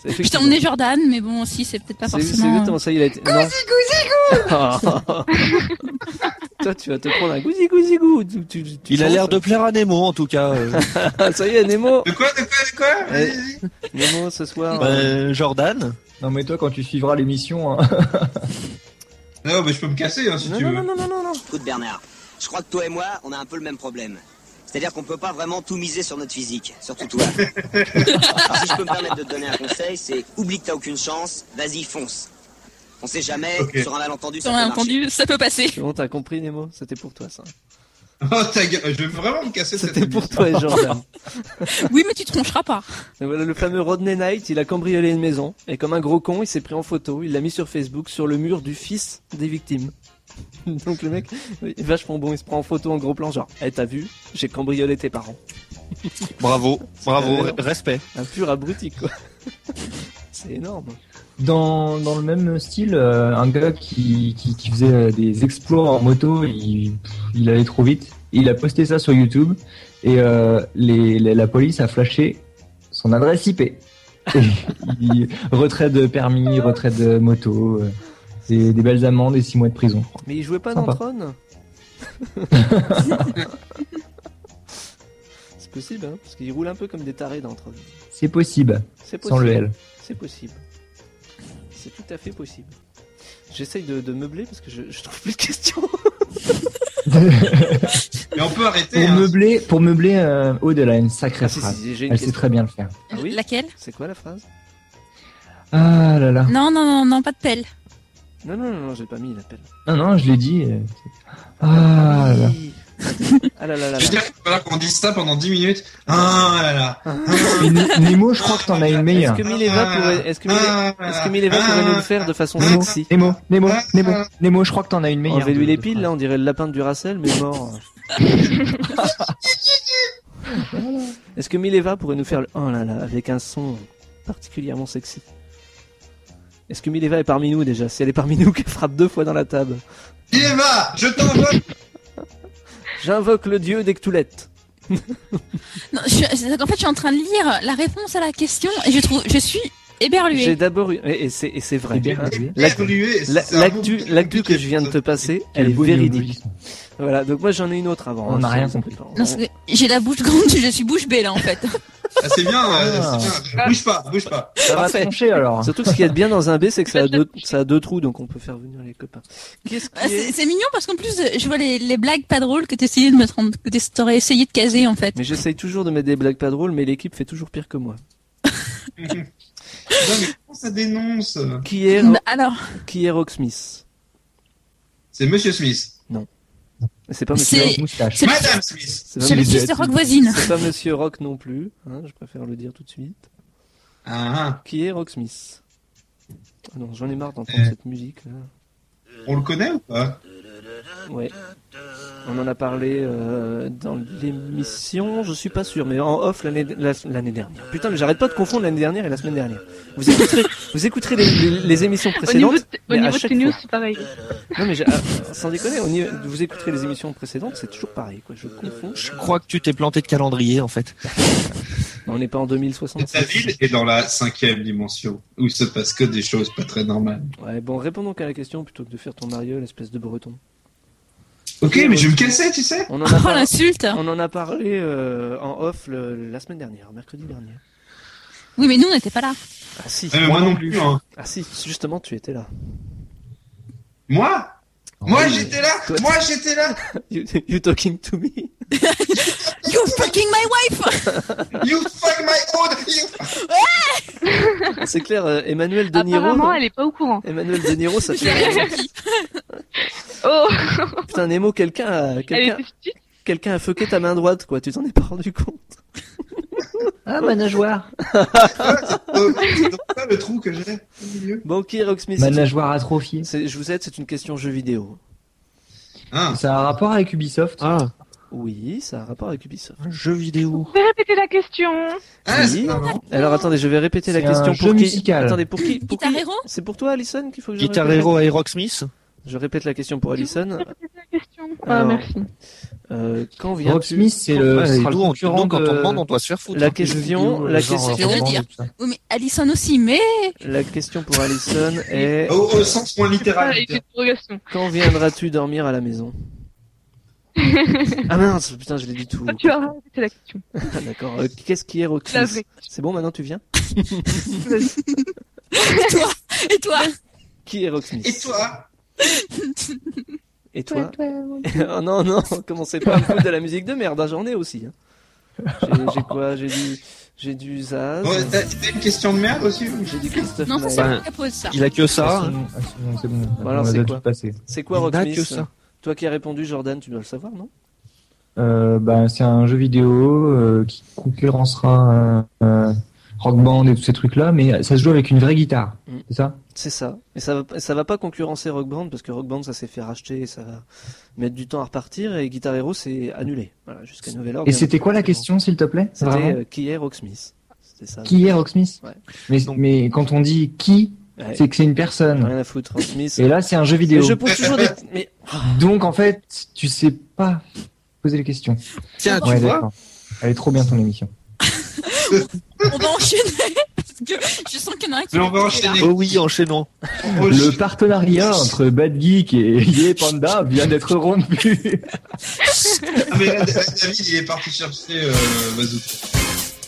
E: t'ai
C: effectivement-
E: emmené Jordan, mais bon, si, c'est peut-être pas
C: C'est c'est
E: forcément.
C: exactement ça, il a été. Non. Toi, tu vas te prendre un gousi gousi gou. Tu, tu, tu
G: Il a
C: penses-
G: l'air de plaire à Nemo en tout cas. euh.
C: Ah, ça y est, Nemo.
F: De quoi, de quoi, de quoi
C: Ouais. Nemo, ce soir. euh,
G: Ben, Jordan
D: Non mais toi quand tu suivras l'émission, hein,
F: Non, mais je peux me casser hein, si
C: Non,
F: tu
C: non,
F: veux.
C: non, non, non, non, non.
K: Écoute Bernard, je crois que toi et moi, on a un peu le même problème. C'est-à-dire qu'on peut pas vraiment tout miser sur notre physique, surtout toi. Alors, si je peux me permettre de te donner un conseil, c'est oublie que t'as aucune chance, vas-y fonce. On sait jamais,
F: Ok.
K: sur un malentendu, ça
E: euh, Sur
K: peut
E: un
K: marcher.
E: entendu, ça peut passer.
C: C'est bon, t'as compris, Nemo. C'était pour toi, ça.
F: Oh, ta gueule, je vais vraiment me casser cette
C: C'était pour toi, Jordan.
E: Oui, mais tu troncheras pas.
C: Et voilà, le fameux Rodney Knight, il a cambriolé une maison. Et comme un gros con, il s'est pris en photo. Il l'a mis sur Facebook, sur le mur du fils des victimes. Donc le mec, oui, vachement bon, il se prend en photo en gros plan, genre, eh, t'as vu, j'ai cambriolé tes parents.
G: Bravo, bravo,
K: Euh,
C: énorme.
G: respect.
C: Un pur abruti, quoi. C'est énorme.
D: dans, dans le même style, euh, un gars qui, qui, qui faisait euh, des exploits en moto, il, il allait trop vite, il a posté ça sur YouTube et euh, les, les- la police a flashé son adresse IP. Et il- retrait de permis, retrait de moto, euh, des, des belles amendes et 6 mois de prison.
C: Mais il jouait pas
D: Sympa.
C: dans Tron C'est possible, hein, parce qu'il roule un peu comme des tarés dans Tron.
D: C'est possible,
C: C'est
D: sans le
C: possible.
D: L.
C: C'est possible. C'est tout à fait possible. J'essaye de, de meubler parce que je, je trouve plus de questions.
F: Mais on peut arrêter.
D: Pour
F: Hein.
D: meubler, pour meubler euh, Aude, elle a une sacrée
C: Ah, si, si,
D: phrase.
C: si, j'ai une
D: Elle sait
C: question.
D: très bien le faire.
C: Ah oui
E: Laquelle
C: C'est quoi la phrase
D: Ah là là.
E: Non, non, non, non, pas de pelle.
C: Non, non, non, non, j'ai pas mis l'appel.
D: Non, non, je l'ai dit. euh, Ah là là.
C: Oui. Ah là là là
F: Je veux
C: là.
F: dire qu'il va falloir qu'on dise ça pendant 10 minutes. Ah là là.
D: Mais Ni- Nemo, je crois que t'en as une
C: Est-ce
D: meilleure.
C: que Mileva pourrait, est-ce que Mileva,
F: Ah,
C: est-ce que Mileva
F: ah,
C: pourrait nous le faire de façon
D: Nemo,
C: sexy
D: Nemo, Nemo, Nemo,
F: Ah.
D: Nemo, je crois que t'en as une meilleure.
C: Enlevez-lui
D: de-
C: les
D: de
C: piles, là,
D: phrase.
C: on dirait le lapin du Duracell, mais mort. Voilà. Est-ce que Mileva pourrait nous faire le oh là là avec un son particulièrement sexy Est-ce que Mileva est parmi nous déjà Si elle est parmi nous, qu'elle frappe deux fois dans la table.
F: Il est là, je t'envoie.
C: J'invoque le dieu d'Ectoulette.
E: Non, je, c'est- en fait, je suis en train de lire la réponse à la question et je trouve, je suis Héberlué.
C: J'ai d'abord eu, et et c'est et c'est
D: Eh
C: vrai.
D: Héberlué.
C: L'actu
F: Héberlué,
C: la-
F: c'est un
C: l'actu-
F: mot
C: l'actu que je viens de te passer,
D: Quel
C: elle est
D: beau
C: véridique. Voilà, donc moi j'en ai une autre avant.
D: On
C: hein,
D: n'a
C: si
D: rien
C: vous en
D: compris.
C: faites pas.
E: Non, c'est- J'ai la bouche grande, je suis bouche bée là en fait.
F: Ah, c'est bien, euh, c'est bien. Bouge pas, bouge pas.
C: Ça va
D: se
C: faire.
D: pencher, alors.
C: Surtout que ce qu'il y a de bien dans un B, c'est que ça a deux, ça a deux trous, donc on peut faire venir les copains. Qu'est-ce
E: Ah, C'est c'est mignon parce qu'en plus, euh, je vois les, les blagues pas drôles que t'essayais de me trans- que t'es- t'aurais essayé de caser en fait.
C: Mais j'essaye toujours de mettre des blagues pas drôles, mais l'équipe fait toujours pire que moi.
F: Non, mais comment ça dénonce
C: Qui est,
E: Bah, alors,
C: qui est Rock Smith
F: C'est Monsieur Smith.
C: C'est pas Monsieur
E: C'est-
C: Rock.
D: Moustache.
E: c'est le,
F: Madame Smith.
C: C'est pas,
E: c'est le fils de Rock voisine.
C: c'est pas Monsieur Rock non plus. hein, je préfère le dire tout de suite.
F: Ah,
C: Qui est Rock Smith Ah Non, j'en ai marre d'entendre
F: Euh.
C: cette musique. Là.
F: on le connaît ou pas
C: Ouais. On en a parlé euh, dans l'émission, je suis pas sûr, mais en off l'année la- l'année dernière. Putain, mais j'arrête pas de confondre l'année dernière et la semaine dernière. Vous écouterez, vous écouterez les, les- les émissions
H: Au niveau
C: précédentes.
H: de, au
C: mais à
H: niveau de
C: chaque
H: tes news,
C: fois.
H: c'est pareil.
C: Non mais j'ai- ah, sans déconner, on y- vous écouterez les émissions précédentes, c'est toujours pareil. Quoi. Je confonds.
G: Je crois que tu t'es planté de calendrier en fait.
C: On n'est pas en 2065.
F: David est dans la cinquième dimension, où il se passe que des choses pas très normales.
C: Ouais, bon, réponds donc à la question plutôt que de faire ton mariole, espèce de breton.
F: Ok, mais je vais me casser, tu sais
C: On en
E: Oh
C: a, par-
E: l'insulte
C: on en a parlé euh, en off le- la semaine dernière, mercredi dernier.
E: Oui, mais nous on n'était pas là.
C: Ah si,
F: Ah, mais Moi non plus. hein.
C: Ah si, justement, tu étais là.
F: Moi Moi
C: Ouais,
F: j'étais là
C: Toi,
F: Moi j'étais là
C: You, you talking to me
E: You fucking my wife
F: You fuck my own you-
C: C'est clair, euh, Emmanuel De Niro.
H: Apparemment, elle est pas au courant.
C: Emmanuel De Niro, ça
E: Je l'ai
C: fait.
H: Oh,
C: Putain, Nemo, quelqu'un a,
H: elle
C: quelqu'un,
H: était petite.
C: quelqu'un a fucké ta main droite, quoi. Tu t'en es pas rendu compte.
D: Ah, ma nageoire.
F: Euh, C'est donc ça le trou que j'ai au milieu.
C: Bon, qui est Rocksmith
D: Ma nageoire atrophiée.
C: C'est- Je vous aide, c'est une question jeu vidéo.
F: Hein
D: Ça a un rapport avec Ubisoft.
G: Ah,
C: Oui, ça a un rapport avec Ubisoft.
G: un jeu vidéo.
H: Vous pouvez répéter la question
F: Ah, c'est
C: Oui.
F: marrant.
C: Alors attendez, je vais répéter la
D: C'est
C: question
D: un
C: pour
D: jeu
C: qui
D: musical.
C: Attendez, pour qui, pour qui
E: Guitar Hero
C: C'est pour toi, Alison, qu'il faut que je
G: Guitar
C: répète
G: Hero et Rocksmith.
C: Je répète la question pour Alison.
H: Répétez la question. Ah,
C: Alors,
H: merci.
C: euh, quand vient
D: Rob Smith, c'est
C: Euh,
D: le,
G: Ouais,
D: ce
G: et
D: sera le
G: d'où on-
D: concurrent
G: nous, quand
D: de-
G: on demande, on doit se faire foutre.
C: la
G: hein.
C: question,
D: vidéo,
C: la
G: genre,
C: question,
E: euh,
D: Rockman,
E: dire.
D: tout ça.
E: Oui, mais Alison aussi, mais
C: la question pour Alison est
F: Au, au sens moins
H: Ah,
F: littéral.
H: avec une interrogation.
C: quand viendras-tu dormir à la maison Ah mince, putain, je l'ai dit tout.
H: Toi, tu as répété la question.
C: Ah, D'accord. euh, Qu'est-ce qui est Rob
H: La
C: Smith
H: vraie.
C: C'est bon, maintenant tu viens.
E: et toi Et toi
C: Qui est Rocksmith
F: Et toi
C: Et toi Oh non, non, commencez pas à me foutre de la musique de merde, hein, j'en ai aussi. hein. J'ai- J'ai quoi J'ai du, j'ai du Zaz,
F: Ouais, T'as t'as une question de merde aussi ou
C: j'ai du Christophe
E: Non, ça
C: Maé.
E: c'est
G: Ouais.
E: la pose ça.
G: Il a que ça.
D: Ah,
G: hein.
D: sinon- ah, sinon, c'est bon.
C: Bah alors,
D: on les
C: c'est
D: a
C: quoi
D: tous passés.
C: C'est quoi
G: Il n'a
C: Rocksmith
G: que ça.
C: Toi qui as répondu, Jordan, tu dois le savoir, non
D: Euh, bah, c'est un jeu vidéo euh, qui concurrencera euh, euh, Rock Band et tous ces trucs-là, mais ça se joue avec une vraie guitare,
C: Mm.
D: c'est ça
C: C'est ça. Et ça va, ça va pas concurrencer Rock Band parce que Rock Band ça s'est fait racheter et ça va mettre du temps à repartir et Guitar Hero c'est annulé. Voilà, jusqu'à nouvel ordre.
D: Et c'était quoi la question, s'il te plaît
C: C'était
D: Vraiment
C: euh, qui est Rocksmith C'était ça.
D: Qui est Rocksmith
C: Ouais.
D: mais, mais quand on dit qui,
C: Ouais,
D: c'est que c'est une personne.
C: Rien à foutre, Rocksmith.
D: Et là, c'est un jeu
C: Mais
D: vidéo.
C: je pose toujours des. Mais
D: Donc, en fait, tu sais pas poser les questions.
G: Tiens, tu
D: Ouais,
G: vois,
D: d'accord. Elle est trop bien ton émission.
E: On va enchaîner parce que je sens qu'il y en a un qui.
F: Mais on va
E: là.
F: enchaîner.
G: Oh oui, enchaînons.
F: Oh, je-
D: Le partenariat entre Bad Geek et Yé Panda vient d'être rompu.
F: Ah, mais là, David, il est parti chercher euh, Mazout.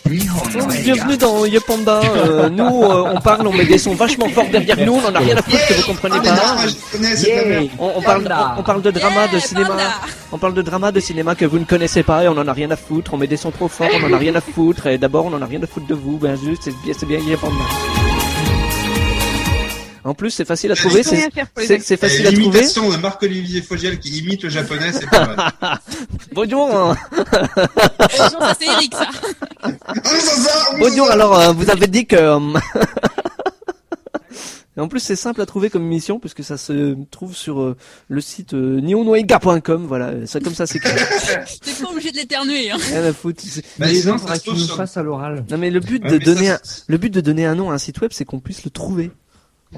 H: Oh
C: bienvenue dans Yepanda. Euh, nous, euh, on parle, on met des sons vachement forts derrière nous. On en a rien à foutre que vous comprenez
F: Ah, mais non,
C: pas.
F: moi, je connais, c'est de la merde.
C: On, on parle, on, on parle de drama, de
H: Eh,
E: Yeah,
C: cinéma.
E: Panda
C: On parle de drama, de cinéma que vous ne connaissez pas et on en a rien à foutre. On met des sons trop forts, on en a rien à foutre. Et d'abord, on en a rien à foutre de vous. Ben juste, c'est bien, c'est bien, il y a pas de mal. En plus, c'est facile à trouver.
H: Ils ont rien
C: C'est
H: à faire pour les
C: c'est- c'est
F: Et
C: facile à trouver.
F: L'imitation de Marc-Olivier Fogiel qui imite le japonais, c'est pas mal.
C: Bonjour, hein.
E: Genre, Oh, ça, c'est Eric ça.
F: Ah, ça, ça, oui,
C: bonjour.
F: ça, ça.
C: Alors, euh, vous avez dit que. euh, Et en plus, c'est simple à trouver comme émission puisque ça se trouve sur euh, le site euh, neonwaiga.com. Voilà, euh, ça comme ça, c'est clair.
E: T'es pas obligé de l'éternuer. Hein.
C: Rien à foutre. C'est-
F: Bah,
D: Il
F: sinon, ça
D: faudra
F: se
D: que tu
F: trouve
D: nous
F: sur-
D: fasses à l'oral.
C: Non, mais le but
F: Ouais,
C: de
F: mais ça,
C: donner, un...
F: ça-
C: le but de donner un nom à un site web, c'est qu'on puisse le trouver.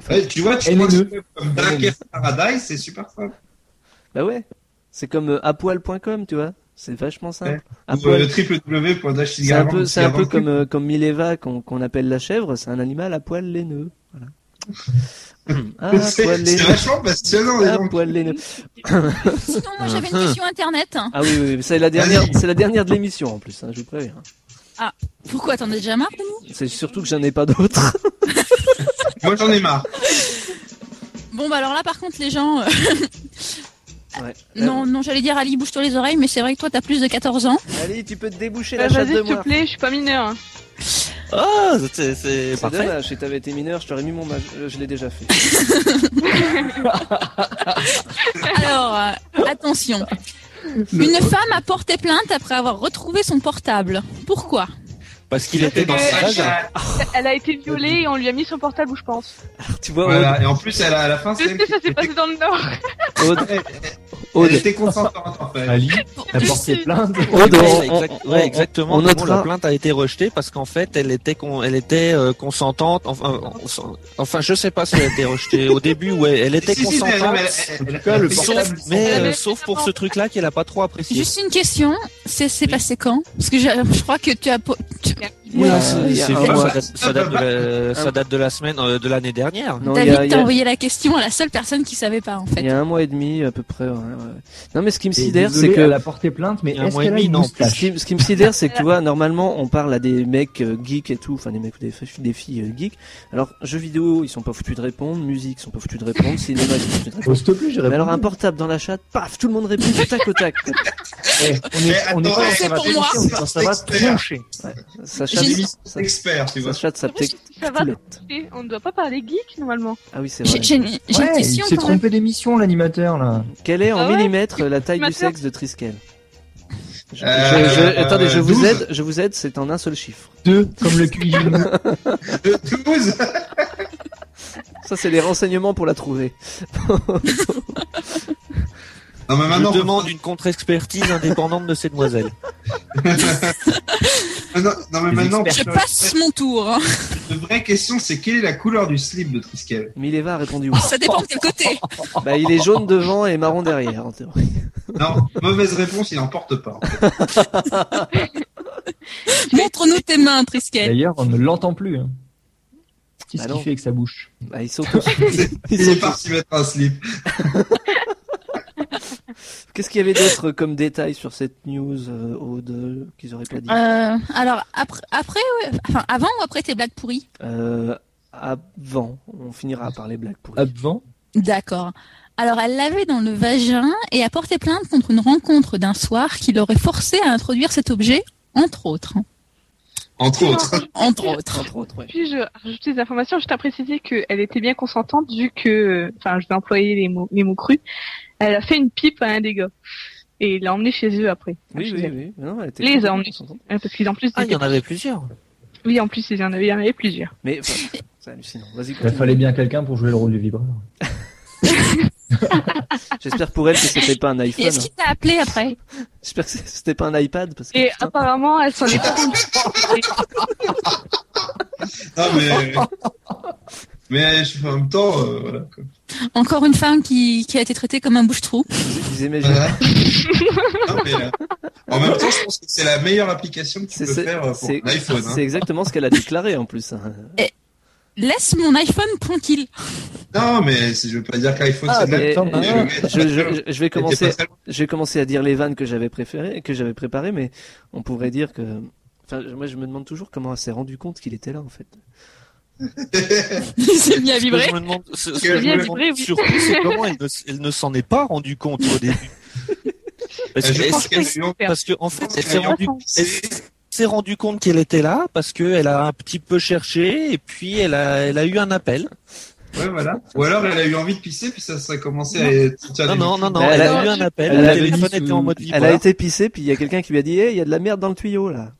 F: Ouais, tu vois, tu
D: Et
F: vois
D: les
F: ce
D: deux.
F: truc comme Dunkerque Paradise, c'est super fun.
C: Bah ouais. C'est comme euh, apoil.com, tu vois. C'est vachement simple.
F: Ouais.
C: Un
F: Ou,
C: peu-
F: euh, le www.dash
C: C'est un peu,
F: Garand-
C: c'est un peu
F: Garand-
C: comme, euh, comme Mileva qu'on qu'on appelle la chèvre, c'est un animal à poil laineux. Voilà. Ah,
F: C'est-
C: poil
F: c'est
C: laineux.
F: vachement passionnant, les
C: Ah,
F: gens.
C: poil laineux.
E: Sinon, moi j'avais une question internet. hein.
C: Ah oui, oui, oui, c'est la dernière, c'est la dernière de l'émission en plus, hein, je vous préviens.
E: Ah, pourquoi T'en as déjà marre de nous
C: C'est surtout que j'en ai pas d'autres.
F: Moi j'en ai marre.
E: Bon, bah alors là, par contre, les gens. euh, non,
C: Euh,
E: non, j'allais dire Ali, bouge-toi les oreilles, mais c'est vrai que toi, t'as plus de 14 ans.
C: Ali, Euh, tu peux te déboucher
E: la
H: Bah,
E: chatte
H: Vas-y,
E: de
H: s'il te
E: moi.
H: plaît, je suis pas mineur.
G: Ah, c'est- c'est
C: C'est
G: parfait.
C: dommage, si t'avais été mineur, je t'aurais mis mon mage. Euh, Je l'ai déjà fait.
H: hein.
E: Alors, euh, attention. Une femme a porté plainte après avoir retrouvé son portable. Pourquoi
G: Parce qu'il était
F: Eh,
G: dans sa vagin.
H: Elle a été violée et on lui a mis son portable, je pense.
C: Tu vois,
F: Voilà, et en plus, elle a- à la fin, c'est
H: Est-ce
F: elle
H: que
F: qui
H: ça s'est passé dans le Nord
C: Aude. Oh,
F: Elle était consentante en fait.
D: Ali a porté plainte.
G: Aude,
C: on-
G: ouais,
C: on-
G: exact-
C: on-
G: ouais, exactement.
C: on
G: comment
C: notera-
G: La plainte a été rejetée parce qu'en fait, elle était, con- elle était euh, consentante. Enfin, euh, enfin, je sais pas si elle a été rejetée au début. Ouais, elle était
F: Si, si, si,
G: consentante.
F: mais elle- elle- elle-
G: En tout cas, le
F: elle-
G: portable,
F: elle-
G: mais
F: elle-
G: euh, sauf pour ce truc-là qu'elle a pas trop apprécié.
E: Juste une question. C'est c'est passé quand Parce que je, je crois que tu as. po- tu-
G: Oula,
C: Ouais,
G: c'est-
C: il y a
G: c'est
C: un
G: vieux,
C: mois.
G: ça date- ça date de la- ça date de la semaine, euh, de l'année dernière.
C: Non, il y a-
E: David
C: il y
E: t'a
C: a-
E: envoyé la question à la seule personne qui savait pas en fait.
C: Il y a un mois et demi à peu près. ouais, ouais. Non mais ce qui me
D: Et
C: sidère,
D: désolé,
C: c'est que
D: elle a porté plainte, mais
G: Il y a un
D: est-ce
G: mois et
D: qu'elle a
G: demi,
D: une
G: non,
C: ce
D: moustache
C: qui, ce qui me sidère, c'est que tu vois, normalement, on parle à des mecs euh, geeks et tout, enfin des mecs ou des, filles- des filles euh, geeks. Alors jeux vidéo, ils sont pas foutus de répondre, musique, ils sont pas foutus de répondre, cinéma, ils sont pas foutus de
D: Oh,
C: répondre.
D: s'il te plaît, j'ai
C: Mais alors
D: répondu.
C: un portable dans la chatte, paf, tout le monde répond du tac au tac.
D: Eh, On est, on est pas dans
F: C'est
D: ça va
E: pour moi.
D: troncher, on est dans ça va troncher.
C: Ça chatte,
E: J'ai-
C: ça,
F: Expert, tu vois.
C: ça chatte, ça
H: Après, Ça va,
C: picoulette.
H: on ne doit pas parler geek normalement.
C: Ah oui, c'est vrai.
E: J'ai j'ai une j'ai une
D: Ouais, il
E: question
D: s'est
E: quand même.
D: trompé d'émission, l'animateur, là.
C: Quelle est en
H: Ah ouais
C: millimètres la taille du
H: Animateur.
C: sexe de Triskel Je- je-
F: Euh,
C: je- Attendez, je vous
F: 12.
C: aide, je vous aide, c'est en un seul chiffre.
D: Deux, comme le cul du genou.
F: 12
C: Ça, c'est les renseignements pour la trouver.
F: Non, mais maintenant,
G: je demande une contre-expertise indépendante de ces demoiselles.
F: maintenant- non, mais
D: Les
F: maintenant,
E: Je passe mon tour. hein.
F: la vraie question, c'est quelle est la couleur du slip de Triskel
C: Mileva a répondu oui.
E: Ça dépend de quel côté.
C: Bah, il est jaune devant et marron derrière, en théorie.
F: Non, mauvaise réponse, il n'en porte pas.
E: Montre-nous tes mains, Triskel.
D: D'ailleurs, on ne l'entend plus. hein. Qu'est-ce
C: Bah non.
D: qu'il fait avec sa bouche
C: Bah, ils sont tous.
F: Il est parti mettre un slip.
C: Qu'est-ce qu'il y avait d'autre comme détail sur cette news, euh, Aude, euh, qu'ils auraient pas dit
E: Euh, alors après, après ouais, enfin avant ou après tes blagues pourries
C: euh, Avant, on finira par les blagues pour
D: Avant
E: D'accord. Alors, elle l'avait dans le vagin et a porté plainte contre une rencontre d'un soir qui l'aurait forcé à introduire cet objet, entre autres.
F: Entre autres.
E: Entre autres.
C: Entre autres, ouais.
H: Puis-je rajouter des informations Je t'ai précisé qu'elle était bien consentante vu que, enfin, je vais employer les mots, les mots crus. Elle a fait une pipe à un des gars et il l'a emmené chez eux après.
C: Oui,
H: Chez
C: oui,
H: elle.
C: oui. Non, elle était
H: Les
C: complètement
H: hommes.
C: consentante.
H: Euh, Parce qu'il en plus,
G: Ah, il y en
H: c'était-
G: avait plusieurs.
H: oui, en plus, il y en avait, il y en avait plusieurs.
C: Mais enfin, c'est hallucinant. Vas-y,
D: Il
C: continue.
D: fallait bien quelqu'un pour jouer le rôle du vibreur.
C: J'espère pour elle que c'était pas un
E: Et
C: iPhone.
E: est-ce qu'il t'a appelé après
C: hein. J'espère que c'était pas un iPad parce que.
H: Et
C: putain,
H: apparemment, elle s'en est pas rendue.
F: Non, Ah, mais. Mais je- en même temps, euh, voilà. quoi.
E: Encore une femme qui, qui a été traitée comme un bouche-trou.
C: vous- vous aimez-
F: Voilà. Non, mais, euh, en même temps, je pense que c'est la meilleure application que tu
C: C'est-
F: peux
C: c'est-
F: faire euh, pour
C: c'est-
F: l'iPhone. hein.
C: c'est exactement ce qu'elle a déclaré en plus. hein.
E: Laisse mon iPhone tranquille.
F: Non, mais c'est- je veux pas dire que l'iPhone,
D: Ah,
F: c'est de la
C: Et-
D: Attends,
C: et-
D: hein.
C: je, je- je vais
F: Elle était
C: commencer,
F: bah, pas très loin.
C: je vais commencer à dire les vannes que j'avais préférées, que j'avais préparées, mais on pourrait dire que, enfin, moi je me demande toujours comment elle s'est rendu compte qu'il était là en fait.
E: Il s'est mis à
G: Ce que
E: vibrer.
G: je me demande, ce- ce
F: Que je
G: que je me
F: me
H: vibrer,
G: demande
H: oui.
G: surtout, c'est comment elle ne, elle ne s'en est pas rendue compte au début. Parce
F: Euh, je
G: que,
F: pense
G: parce
F: qu'elle a eu
G: que- parce que, en fait, elle s'est
F: qu'elle a eu
G: rendue elle s'est rendue compte qu'elle était là parce qu'elle a un petit peu cherché et puis elle a, elle a eu un appel.
F: Ouais, voilà. Ou alors elle a eu envie de pisser, puis ça serait commencé à sortir
G: Non,
F: des-
G: Ah, non, non, non,
C: Mais
G: elle,
C: elle
G: a,
C: a-
G: eu un appel.
C: elle
G: le
C: avait
G: téléphone
D: dit
G: était
D: sous-
G: en mode
C: Elle
G: vibreur.
C: a été pissée, puis il y a quelqu'un qui lui a dit, Eh, il y a de la merde dans le tuyau là.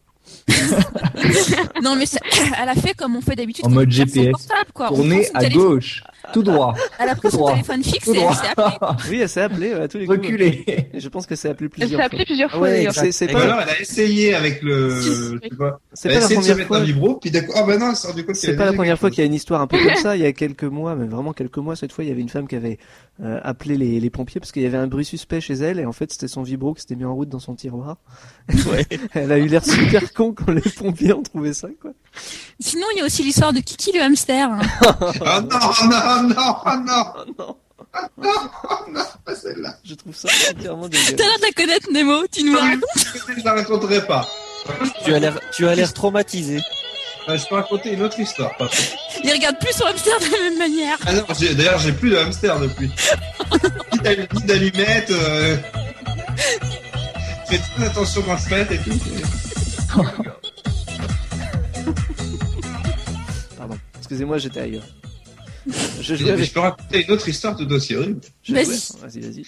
E: Non, mais ça- elle a fait comme on fait d'habitude.
D: En
E: quand
D: mode
E: on perd son
D: GPS.
E: portable, quoi. On prend
D: Tourner à
E: son ah, téléphone.
D: gauche. Tout droit.
C: Ah,
E: Elle a pris
D: Tout
E: son
D: droit.
E: téléphone fixe
D: Tout
E: et
D: droit.
E: elle s'est appelée.
C: Oui, elle s'est appelée euh, à tous les
D: Reculée.
C: coups. Je pense qu'elle s'est appelée plusieurs
E: s'est
C: fois.
E: appelée plusieurs
C: Ah
E: fois,
C: ouais,
E: d'ailleurs.
C: c'est- c'est
F: Et
C: pas-
F: voilà, elle a essayé avec le. je sais pas,
C: C'est
F: elle a
C: pas la
F: essayé Bah, de se
C: première
F: mettre
C: fois.
F: un vibro, puis d'accord. Ah bah non, elle s'est rendu compte qu'il y
C: C'est
F: avait
C: pas la
F: des-
C: première fois qu'il y a une histoire un peu comme ça. Il y a quelques mois, mais vraiment quelques mois, cette fois, il y avait une femme qui avait euh, appelé les, les pompiers parce qu'il y avait un bruit suspect chez elle et en fait, c'était son vibro qui s'était mis en route dans son tiroir. elle a eu l'air super con quand les pompiers ont trouvé ça, quoi.
E: Sinon, il y a aussi l'histoire de Kiki le hamster. hein.
F: Ah non, non, non, non,
C: Oh non, non,
F: non, pas celle-là.
C: Je trouve ça entièrement
E: T'as l'air de la connaître, Nemo. Tu nous racontes
F: Je la raconterai pas.
G: Tu as l'air, tu as l'air traumatisé.
F: Euh, je peux raconter une autre histoire. par contre.
E: Il regarde plus son hamster de la même manière.
F: Ah non, j'ai- d'ailleurs, j'ai plus de hamster depuis. Ni d'all- ni d'allumettes. euh, Je fais très attention quand je pète et tout.
C: Pardon. Excusez-moi, j'étais ailleurs. Je jouais
F: Mais
C: avec-
F: je peux raconter une autre histoire tout aussi horrible.
C: je jouais- Vas-y, vas-y.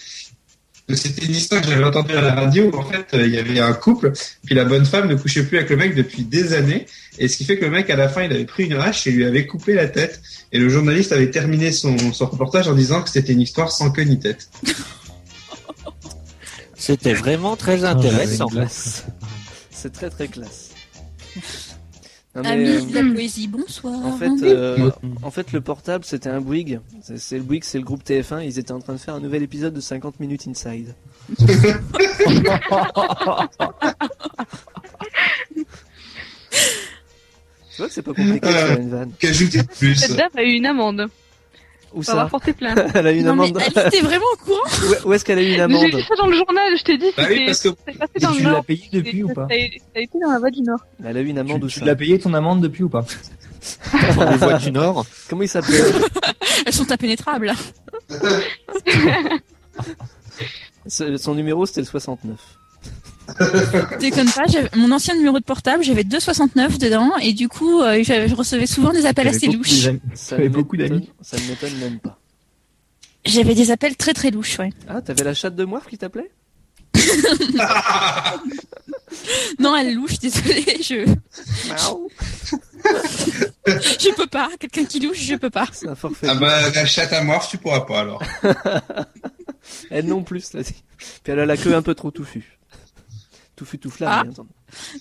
F: C'était une histoire que j'avais entendue à la radio. En fait, euh, il y avait un couple, puis la bonne femme ne couchait plus avec le mec depuis des années. Et ce qui fait que le mec, à la fin, il avait pris une hache et lui avait coupé la tête. Et le journaliste avait terminé son, son reportage en disant que c'était une histoire sans queue ni tête.
G: C'était vraiment très intéressant.
C: C'est très très classe. Non, mais,
E: Amis de
C: euh,
E: la poésie, bonsoir.
H: Ah,
C: En fait, euh,
D: Mhm.
C: en fait, le portable, c'était un Bouygues. C'est- C'est le Bouygues, c'est le groupe TF1. Ils étaient en train de faire un nouvel épisode de 50 minutes inside. tu vois que c'est pas compliqué de faire une vanne.
H: Cette dame a eu une amende.
C: Où
H: On va
C: ça
H: porter plainte.
C: Elle a eu une
H: Non, mais
C: amende.
H: Alice, t'es vraiment
E: au courant
C: Où- Où est-ce qu'elle a eu une
H: J'ai
C: amende
H: vu ça dans le journal, je t'ai dit.
C: Bah oui,
H: c'était-
C: parce que-
H: c'est passé
C: Et
H: dans
C: tu
H: le Nord.
C: l'as payé depuis
H: Et
C: ou pas
H: ça a- ça a été dans la voie du Nord.
C: Elle a eu une amende ou
D: Tu l'as payé ton amende depuis ou pas
G: Pour les voies du Nord.
C: Comment il s'appelle
E: Elles sont impénétrables.
C: Ce- Son numéro, c'était le 69.
E: Déconne pas, j'avais- mon ancien numéro de portable, j'avais 269 dedans et du coup, euh, j'avais- je recevais souvent des appels assez louches.
C: Ça
D: J'avais
C: ne
D: beaucoup
C: m'étonne-
D: d'amis.
C: Ça ne m'étonne même pas.
E: J'avais des appels très très louches, ouais.
C: Ah, t'avais la chatte de Moif qui t'appelait
E: Non, elle louche, désolée, je. je peux pas, quelqu'un qui louche, je peux pas.
C: C'est un forfait.
F: Ah bah, la chatte à mort, tu pourras pas alors.
C: Elle non plus, là. Puis elle a la queue un peu trop touffue. Touffue, tout flamme,
E: Ah.
C: bien entendu.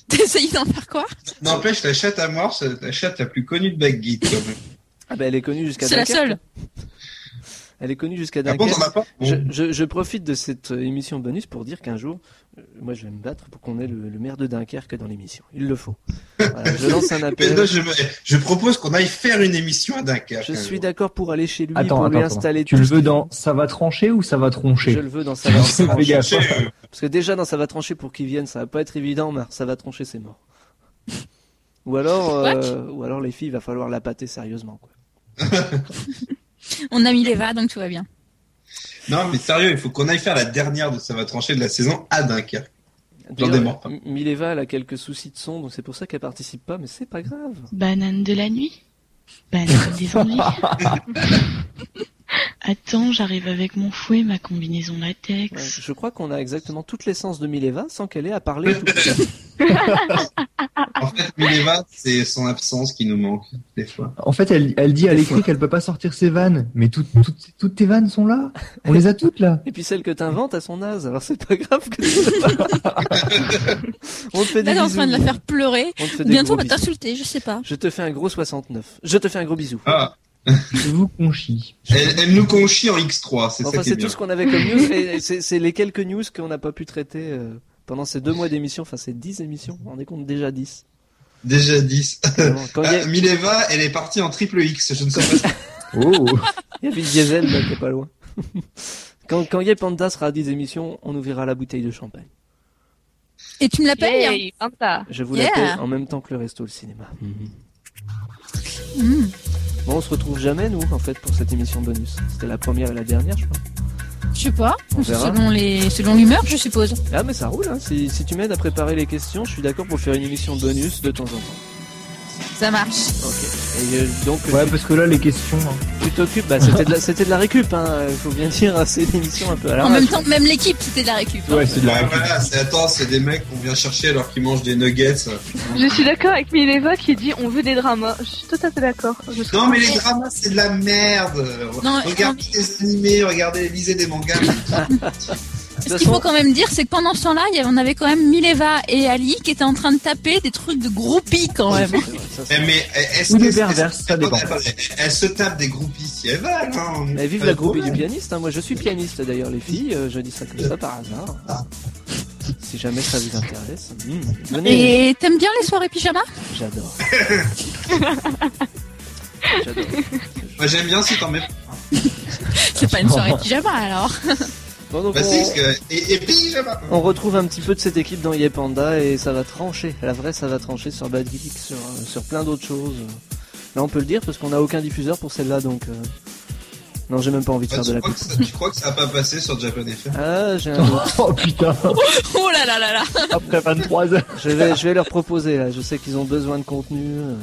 E: T'essayes d'en faire quoi
F: N'empêche, la chatte à mort, c'est la chatte la plus connue de Backgeek quand même.
C: Ah bah, elle est connue jusqu'à
E: C'est la
C: Dunkerque.
E: seule.
C: Elle est connue jusqu'à
F: Ah bon,
C: Dunkerque.
F: t'en as pas
C: je, je- je profite de cette euh, émission bonus pour dire qu'un jour, euh, moi je vais me battre pour qu'on ait le, le maire de Dunkerque dans l'émission. Il le faut. Voilà, je lance un
F: Mais
C: appel.
F: là, je, me- je propose qu'on aille faire une émission à Dunkerque. hein,
C: Je
F: un
C: suis
F: jour.
C: d'accord pour aller chez lui,
D: Attends,
C: pour
D: attends,
C: lui
D: attends.
C: installer
D: Tu
C: tout
D: le
C: ce
D: veux
C: qu'il
D: dans ça va trancher ou ça va troncher
C: Je le veux dans ça va
D: Fais
C: trancher.
D: gaffe.
C: Parce que déjà dans ça va trancher pour qu'il vienne, ça va pas être évident, mais ça va trancher, c'est mort. Ou alors, euh, ou alors les filles, il va falloir la pâter sérieusement. Quoi.
E: On a mis les va, donc tout va bien.
F: Non, mais sérieux, il faut qu'on aille faire la dernière de Ça va trancher de la saison à Dunkerque. J'en
C: D'ailleurs,
F: démords pas.
C: M- Mileva elle a quelques soucis de son, donc c'est pour ça qu'elle participe pas, mais c'est pas grave.
B: Banane de la nuit Banane des ennuis Attends, j'arrive avec mon fouet, ma combinaison latex.
C: Ouais, je crois qu'on a exactement toute l'essence de Mileva sans qu'elle ait à parler. Tout le temps.
F: En fait, Mileva, c'est son absence qui nous manque, des fois.
D: En fait, elle, elle dit à l'écrit qu'elle peut pas sortir ses vannes, mais toutes- toutes- toutes tes vannes sont là. On les a toutes là.
C: Et puis celle que t'inventes à son âge, alors c'est pas grave que tu On te fait des
E: Là, t'es en
C: bisous.
E: train de la faire pleurer.
C: On te fait des
E: Bientôt, on
C: gros
E: va
C: bisous.
E: t'insulter, je sais pas.
C: Je te fais un gros 69. Je te fais un gros bisou.
F: Ah,
D: Je vous conchis.
F: elle, elle nous conchie en X3, c'est
C: Enfin,
F: ça qui est
C: c'est
F: bien.
C: tout ce qu'on avait comme news. et c'est c'est les quelques news qu'on n'a pas pu traiter euh, pendant ces deux mois d'émission. Enfin, ces dix émissions. On est compte déjà dix.
F: Déjà 10.
C: Vraiment, Quand il y,
F: Ah,
C: a-
F: Mileva, elle est partie en triple X, je ne sais pas.
D: Oh.
C: il y avait Diesel, là, qui est pas loin. Quand, quand Yé Panda sera à 10 émissions, on ouvrira la bouteille de champagne.
E: Et tu me l'appelles hein
H: Yay, Panta.
C: Je vous
E: Yeah.
C: l'appelle en même temps que le resto, le cinéma.
E: Mm.
C: Bon, on se retrouve jamais, nous, en fait, pour cette émission bonus. C'était la première et la dernière, je crois.
E: Je sais pas.
C: On verra.
E: Selon les, selon l'humeur, je suppose.
C: Ah, mais ça roule, hein. Si, si tu m'aides à préparer les questions, je suis d'accord pour faire une émission bonus de temps en temps.
E: Ça marche.
C: Et, euh, donc,
D: Ouais, parce que là, les questions. hein.
C: Tu t'occupes, bah, c'était de la, c'était de la récup, hein, euh, faut bien dire, hein, c'est une émission un peu à la
E: en
C: rage.
E: même temps, même l'équipe, c'était de la récup. hein.
F: Ouais, voilà, c'est attends, c'est des mecs qu'on vient chercher alors qu'ils mangent des nuggets.
H: Je suis d'accord avec Mileva qui dit on veut des dramas. Je suis tout à fait d'accord. Je suis-
F: Non mais les dramas c'est de la merde.
E: Non,
F: regardez les animés, regardez, lisez des mangas.
E: Ce qu'il faut quand même dire, c'est que pendant ce temps-là, il y avait- on avait quand même Mileva et Ali qui étaient en train de taper des trucs de groupies quand même.
F: Eh, mais est-ce
C: Ou
F: que
C: des pervers, ça dépend.
F: Elle se tape des groupies si elle va. Hein.
C: Mais vive
F: Pas
C: la
F: de
C: groupie du
F: problème.
C: pianiste, hein. moi je suis pianiste d'ailleurs les filles, euh, je dis ça comme ça par hasard. Si jamais ça vous intéresse, hmm, venez,
E: Et t'aimes bien les soirées pyjama
C: j'adore.
F: Moi j'aime bien si t'en mets.
E: C'est pas une soirée pyjama alors.
C: Bon, donc,
F: Bah si,
C: on-
F: parce que- et, et puis là-bas.
C: On retrouve un petit peu de cette équipe dans Yepanda et ça va trancher. La vraie, ça va trancher sur Bad Geek, sur, euh, sur plein d'autres choses. Là, on peut le dire parce qu'on n'a aucun diffuseur pour celle-là, donc. euh, Non, j'ai même pas envie de
F: Ah,
C: faire de
F: tu,
C: la
F: crois
C: pub.
F: que ça, tu crois que ça a pas passé sur Japan FM
C: Ah, j'ai un.
D: Oh putain
E: Oh là là là là.
D: Après 23 heures
C: Je vais, je vais leur proposer, là. Je sais qu'ils ont besoin de contenu. euh,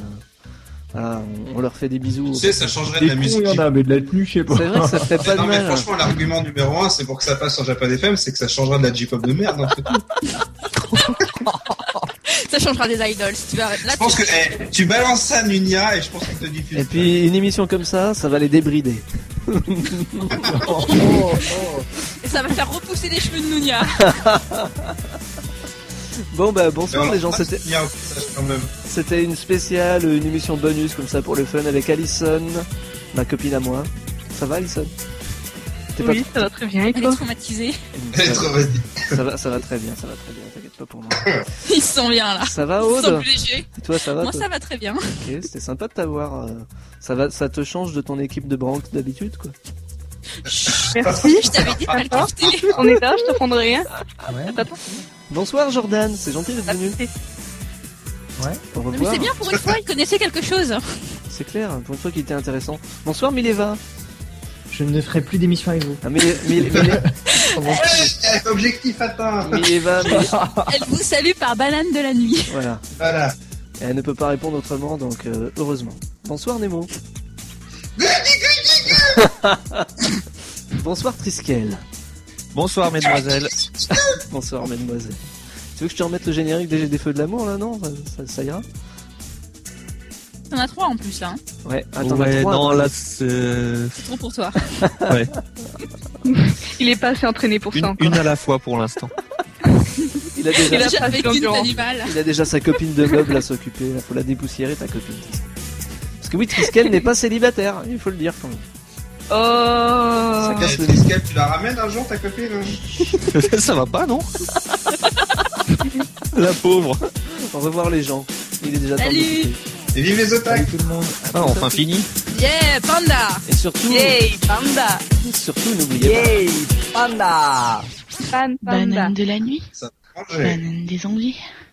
C: Voilà, on, on leur fait des bisous.
F: Tu sais, ça changerait de
D: Des
F: la
D: cons,
F: musique.
D: il y en a, mais de la tenue, je sais pas.
C: C'est vrai que ça fait pas de
F: non mais
C: mal. hein.
F: franchement l'argument numéro un c'est pour que ça passe sur Japan FM c'est que ça changera de la J-pop de merde. en fait.
E: Ça changera des idols. Tu vas là.
F: Je pense que eh, tu balances ça Nunia et je pense qu'on te diffuse.
C: Et puis, une émission comme ça, ça va les débrider.
E: tu- Ça va faire repousser les cheveux de Nounia.
C: Bon, bah, bonsoir
F: Alors,
C: les gens,
F: ça,
C: c'était.
F: Il y a un message quand même.
C: C'était une spéciale, une émission bonus comme ça pour le fun avec Alison, ma copine à moi. Ça va Alison T'es
H: Oui, ça va très bien et
E: Elle est
H: toi
E: traumatisée.
F: Être vas-y.
C: ça, va, ça va très bien, ça va très bien, t'inquiète pas pour moi.
E: Ils se sent bien là.
C: Ça va
E: Ils se sent
C: Aude
E: plus légers.
C: Toi ça va
E: Moi
C: toi
E: ça va très bien.
C: Ok, c'était sympa de t'avoir. euh, Ça, va, ça te change de ton équipe de branque d'habitude quoi
H: Merci.
E: Je t'avais dit de pas le quitter.
H: On est là, je te prendrai rien. Attends, attends.
C: Bonsoir Jordan, c'est gentil
H: Ah,
C: d'être venu. Au
E: Non, Mais
C: revoir.
E: c'est bien pour une fois, il connaissait quelque chose.
C: C'est clair, pour une fois qu'il était intéressant. Bonsoir Mileva.
D: Je ne ferai plus d'émission avec vous.
C: Ah, Mile- Mile- Mile-
F: Eh, Objectif atteint.
C: Mileva, Mile-
E: Elle vous salue par banane de la nuit.
C: voilà.
F: Voilà.
C: Et elle ne peut pas répondre autrement, donc euh, heureusement. Bonsoir Nemo. Bonsoir Triskel.
G: Bonsoir, mesdemoiselles.
C: Bonsoir mademoiselle. Tu veux que je te remette le générique des, des feux de l'amour là non ça, ça- ça ira
E: T'en as trois en plus là. hein.
C: Ouais, attends, on a
G: Ouais,
C: trois,
G: non,
C: attends.
G: là, c'est
E: C'est trop pour toi.
H: Il est pas assez entraîné pour
G: une,
H: ça encore.
G: une à la fois pour l'instant.
C: il a, déjà,
H: Il a-
E: Déjà
H: pas
E: avec
H: de
E: une
H: concurrence.
E: animale.
C: il a déjà sa copine de meuble à s'occuper, là, faut la dépoussiérer ta copine. Parce que oui, Triskel n'est pas célibataire, il faut le dire quand même.
H: Oh.
C: Ça
E: Ah.
C: casse
F: Eh,
C: le
F: Triskel, tu la ramènes un jour ta copine hein
G: ça va pas, non La pauvre.
C: Au revoir les gens, il est déjà temps de
E: Salut.
C: quitter.
F: Et vive les otages
D: Tout le monde.
G: Ah, enfin fini.
E: Yeah, panda.
C: Et surtout,
H: Yay, panda.
C: surtout n'oubliez pas.
H: Pan, panda.
B: Banane de la nuit,
F: Ça va manger.
B: banane des envies.